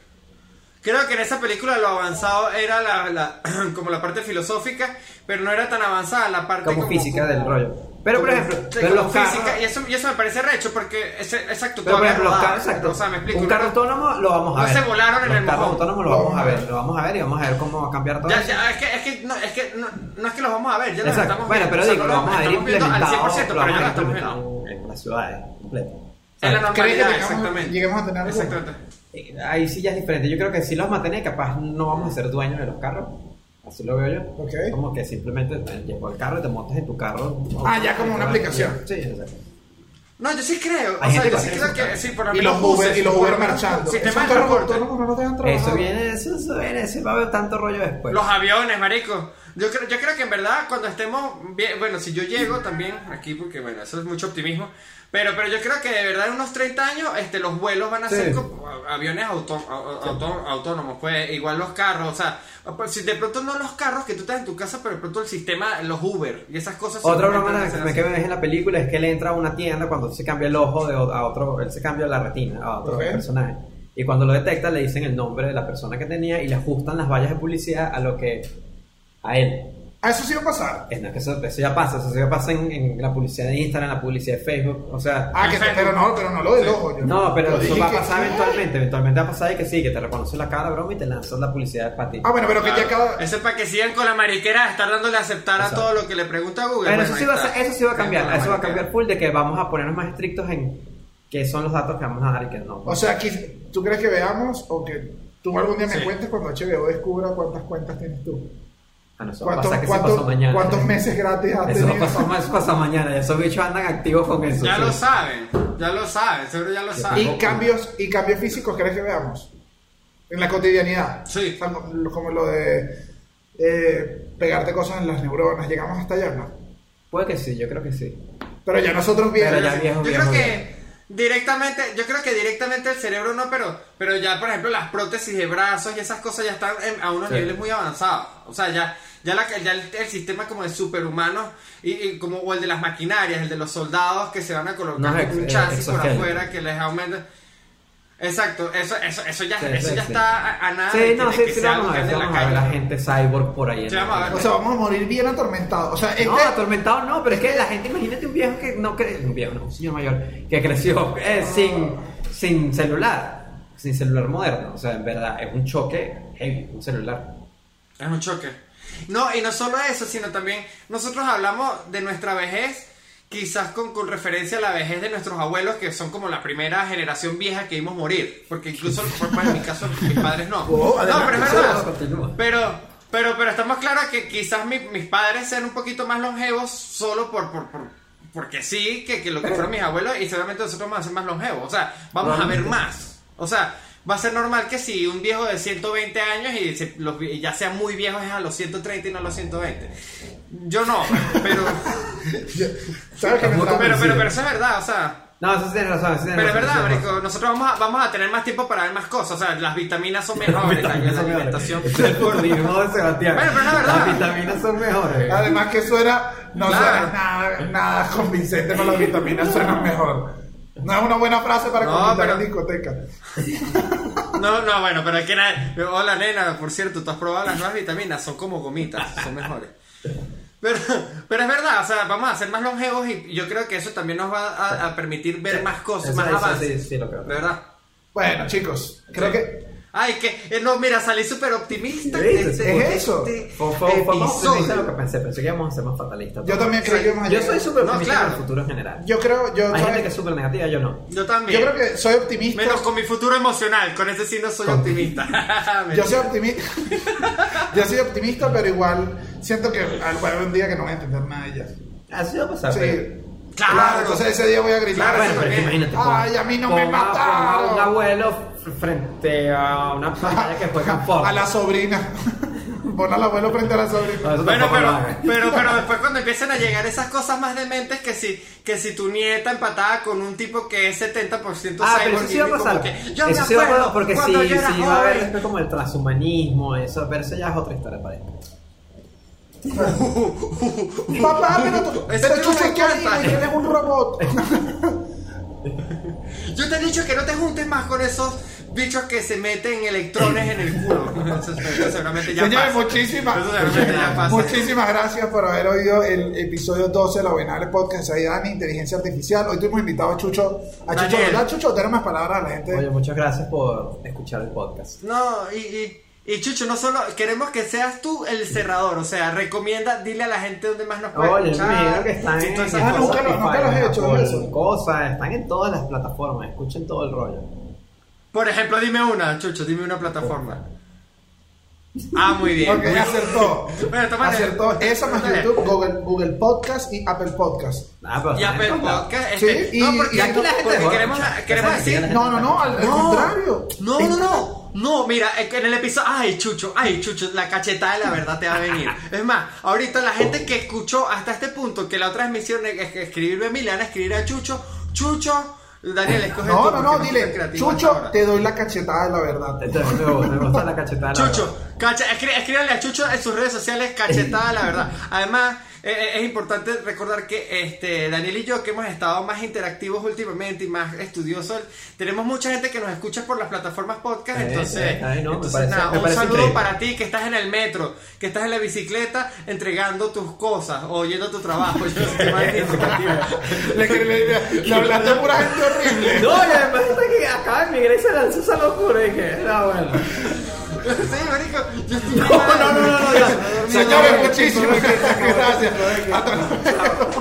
Creo que en esa película lo avanzado era la, la- como la parte filosófica, pero no era tan avanzada la parte
Como física del rollo. Pero, por
como-
ejemplo,
sí,
pero
como
los carros-
física, y, eso, y eso me parece recho, porque ese, exacto,
Pero por
todavía
ejemplo, los
rodaba,
carros, exacto.
O sea, me explico.
Un carro autónomo lo vamos a
No
ver.
se volaron en
Los
el
carros
mojón.
autónomos lo vamos a ver, lo vamos a ver y vamos a ver cómo va a cambiar todo.
Ya,
eso.
ya, es que, es que, no, es que no, no es que los vamos a ver, ya los
Exacto.
estamos
Bueno,
viendo.
pero
O sea,
digo,
no
lo
los
vamos a ver
estamos viendo al 100%,
implementado. lo
pero ya
vamos
lo
a
estamos
ver
viendo.
implementado en eh, las ciudades completas.
En la
O sea,
¿Crees que
normalidad,
llegamos-
exactamente.
lleguemos a tener algo?
Exactamente.
eh, Ahí sí ya es diferente. Yo creo que sí los mantener, capaz no vamos a ser dueños de los carros. Así lo veo yo.
Ok.
Como que simplemente te llevo el carro y te montas en tu carro.
Ah, ya como una aplicación.
Sí, exacto.
No, yo sí creo. O
Hay
sea,
gente
yo
que
sí
hace
creo
eso.
que sí, por lo
Y
menos
los Uber,
buses,
y los
por lo
Uber
menos
marchando.
Sistema de
Esos autónomos-
transporte.
autónomos no los dejan trabajar.
Eso viene, eso, eso viene, eso va a haber tanto rollo después.
Los aviones, marico. Yo creo, yo creo que en verdad cuando estemos bien, bueno, si yo llego también aquí, porque bueno, eso es mucho optimismo, pero, pero yo creo que de verdad en unos 30 años este, los vuelos van a
Sí.
ser como a- aviones auto- au- auto- autónomos, pues igual los carros, o sea, pues, si de pronto no los carros que tú estás en tu casa, pero de pronto el sistema, los Uber y esas cosas.
Otra
seguramente
broma
van a ser
que me
así.
que ves en la película es que él entra a una tienda cuando se cambia el ojo de, o- a otro, él se cambia la retina a otro
Ok.
personaje. Y cuando lo detecta le dicen el nombre de la persona que tenía y le ajustan las vallas de publicidad a lo que a él.
Ah, eso sí va a pasar.
Es no, que eso, eso ya pasa, eso ya pasa en, en la publicidad de Instagram, en la publicidad de Facebook, o sea...
Ah, que,
Perfecto.
pero no, pero no lo del
Sí.
ojo. yo
No, pero
yo
eso
dije
va a
que-
pasar eventualmente, eventualmente va a pasar y que sí, que te reconoce la cara, broma, y te lanzas la publicidad para ti.
Ah, bueno, pero que ya
Claro.
cada.
Eso es para que sigan con la mariquera de estar dándole a aceptar
Exacto.
a todo lo que le pregunta Google. Bueno,
Pero eso sí,
ahí
va a,
está.
ser- eso sí va
Sigan
a
con
cambiar,
la
eso va a
mariquera.
cambiar full de que vamos a ponernos más estrictos en qué son los datos que vamos a dar y qué no.
O sea, aquí, ¿tú crees que veamos o que tú algún día me
Sí.
cuentes cuando HBO descubra cuántas cuentas tienes tú?
Ah, no, eso va a
¿Cuántos,
pasar que
cuántos-
eso pasó mañana.
cuántos meses gratis has
Eso va a
tenido?
pasar, ma- eso pasa mañana, esos bichos andan activos con eso.
Ya
sí.
lo saben, ya lo saben, seguro ya lo
Ya.
saben.
¿Y cambios, ¿Y cambios físicos crees que veamos? En la cotidianidad.
Sí.
O sea, como, como lo de eh, pegarte cosas en las neuronas. Llegamos hasta allá, ¿no?
Puede que sí, yo creo que sí.
Pero ya nosotros bien.
Pero ya viejo,
Yo creo
viejo, viejo.
que directamente, yo creo que directamente el cerebro no, pero, pero ya por ejemplo las prótesis de brazos y esas cosas ya están en- a unos
Sí.
niveles muy avanzados. O sea, ya, ya, la, ya el, el sistema como de superhumanos y, y como o el de las maquinarias, el de los soldados que se van a colocar
No,
con
ex-
un
eh,
chasis por
exoesqueleto.
afuera que les aumenta. Exacto, eso, eso, eso ya,
Sí,
eso
sí,
ya
sí.
está a, a nada.
Sí,
de que-
no,
de
sí,
Ah, que
sí,
sea
vamos a
algo
ver,
que ande en
vamos a ver la
calle.
gente cyborg por ahí. en
Sí,
la
vamos a ver.
O sea, vamos a morir bien atormentados. O sea, este.
No, atormentado no, pero es que la gente, imagínate un viejo que no cree, un viejo, no, un señor mayor, que creció eh, sin, sin celular, sin celular moderno, o sea, en verdad, es un choque heavy, un celular.
Es un choque. No, y no solo eso, sino también nosotros hablamos de nuestra vejez, quizás con, con referencia a la vejez de nuestros abuelos, que son como la primera generación vieja que vimos morir. Porque incluso, por- pues, en mi caso, mis padres no.
Oh,
no,
adelante,
pero es
sí,
verdad.
continúa.
Pero, pero, pero estamos claros que quizás mi- mis padres sean un poquito más longevos solo por... por, por- porque sí, que, que lo que fueron mis abuelos y seguramente nosotros vamos a ser más longevos. O sea, vamos a ver
Probablemente.
más. O sea, va a ser normal que si un viejo de 120 años y se- los vie- ya sea muy viejo es a los 130 y no a los 120. Yo no, pero,
yo- ¿Sabes que me
Tampoco
pero,
está-
pero, pero eso es verdad, o sea.
No, eso sí tienes razón, eso sí tienes
Pero es
razón,
verdad,
sí tienes
marico, nosotros vamos a, vamos a tener más tiempo para ver más cosas. O sea, las vitaminas son
razón.
mejores,
Las vitaminas
la
son mejores.
alimentación.
Ese es el futurismo de Sebastián.
Bueno, pero es la verdad.
Las vitaminas son mejores.
Además que suena, no
Claro.
suena nada, nada convincente con las vitaminas, suena mejor. No es una buena frase para
No,
conquistar
pero-
en discoteca.
No, no, bueno, pero es que nada. Hola, nena, por cierto, tú has probado las nuevas vitaminas, son como gomitas, son mejores. Pero, pero es verdad, o sea, vamos a ser más longevos y yo creo que eso también nos va a, a permitir ver más cosas,
Eso-
más
eso
avances.
sí, sí, lo creo.
De verdad.
Bueno, chicos, creo que
Ay, que. eh, no, mira, salí súper optimista.
¿Ves?
de este-
Es
de
eso.
este
Fue- fue- fue más
episodio.
optimista de lo que pensé, pensé que íbamos a ser más fatalistas.
yo también creo que vamos a
Yo
llegar.
soy súper
No,
optimista
claro.
para el futuro en general.
Yo creo, yo,
Hay gente
soy,
que es súper negativa, yo no.
Yo
yo
también.
creo que soy optimista.
Menos con mi futuro emocional, con ese sí no soy
Con-
optimista.
Yo soy optimista. yo soy optimista, pero igual siento que al- va a haber un día que no voy a entender nada de ellas.
Así va a pasar. pero-
Sí.
Ah, Claro.
Entonces ese día voy a gritar.
Claro,
Bueno, pero es que imagínate.
Ay,
pon-
a mí no me
ponga-
mataron.
ponga un abuelo f- frente a una pantalla que juega Fortnite.
a la sobrina. Pon al abuelo frente a la sobrina.
Bueno,
Eso tampoco lo
pero,
hagas.
pero, pero después cuando empiezan a llegar esas cosas más dementes que si, que si tu nieta empatada con un tipo que es 70%
Ah, pero
cyborg
eso
y
sí va a
como
pasar.
que, yo
eso
me
sí va a
acuerdo
pasar porque sí,
cuando yo era
sí, va a haber
joven.
después como el transhumanismo, eso, pero eso ya es otra historia para esto.
Papá, pero tú,
Ese
pero tú
tío me
soy que
encanta.
alguien, eres un robot.
Yo te he dicho que no te juntes más con esos bichos que se meten electrones en el culo. Eso, eso seguramente ya
Señores,
pasa.
muchísimas,
Eso seguramente ya pasa.
muchísimas gracias por haber oído el episodio 12 de la Bienal Podcast de Dani, Inteligencia Artificial. Hoy tuvimos invitado a Chucho. A Chucho,
Daniel.
¿verdad, Chucho? Tener más palabras a la gente.
Oye, muchas gracias por escuchar el podcast.
No, y, y, y Chucho, no solo queremos que seas tú el cerrador, o sea, recomienda, dile a la gente dónde más nos
Pues,
puede
Oye,
escuchar.
mira que están
y
en
todas esas
Ah,
cosas.
nunca lo- nunca lo has
en
hecho,
Apple,
eso.
cosas, están en todas las plataformas, escuchen todo el rollo.
Por ejemplo, dime una, Chucho, dime una plataforma. Ah, muy bien.
Ok, acertó.
Bueno, toma-
acertó. Eso más
Toma-
YouTube, Google, Google Podcast y Apple Podcast.
Ah, pero
Y Apple Podcast. este,
Sí, y-
no, porque,
y aquí
la gente
porque
joda,
queremos,
muchacho.
queremos
Esa es la
decir.
idea.
No, no, no, al, al
No.
contrario.
No, no, no. No, mira, es que en el episodio. Ay, Chucho, ay, Chucho, la cachetada de la verdad te va a venir. Es más, ahorita la gente que escuchó hasta este punto que la otra transmisión es que escribirme a Milana, escribir a Chucho, Chucho, Daniel, escoge tú,
No, no, no,
porque soy tan
dile,
creativo hasta
Chucho,
ahora.
te doy la cachetada de la verdad.
Entonces, me, me gusta la cachetada. la
Chucho, cacha, escri- escríbanle a Chucho en sus redes sociales, cachetada, la verdad. Además, eh, eh, es importante recordar que este, Daniel y yo, que hemos estado más interactivos últimamente y más estudiosos, tenemos mucha gente que nos escucha por las plataformas podcast.
Eh,
entonces,
eh, ay, no, me
entonces,
parece-
nada,
me
un
parece
saludo
increíble.
para ti que estás en el metro, que estás en la bicicleta entregando tus cosas o yendo a tu trabajo. Yo no sé qué más significativo.
Le, le, le- le hablaste a pura gente horrible.
No, y además está que acaba de migrar y se lanzó esa locura. Y dije, no, bueno.
Sí, marico, yo estoy-
No, no, no, no, no, ya.
Dormido,
Señores,
dormido.
muchísimas gracias. Hasta luego.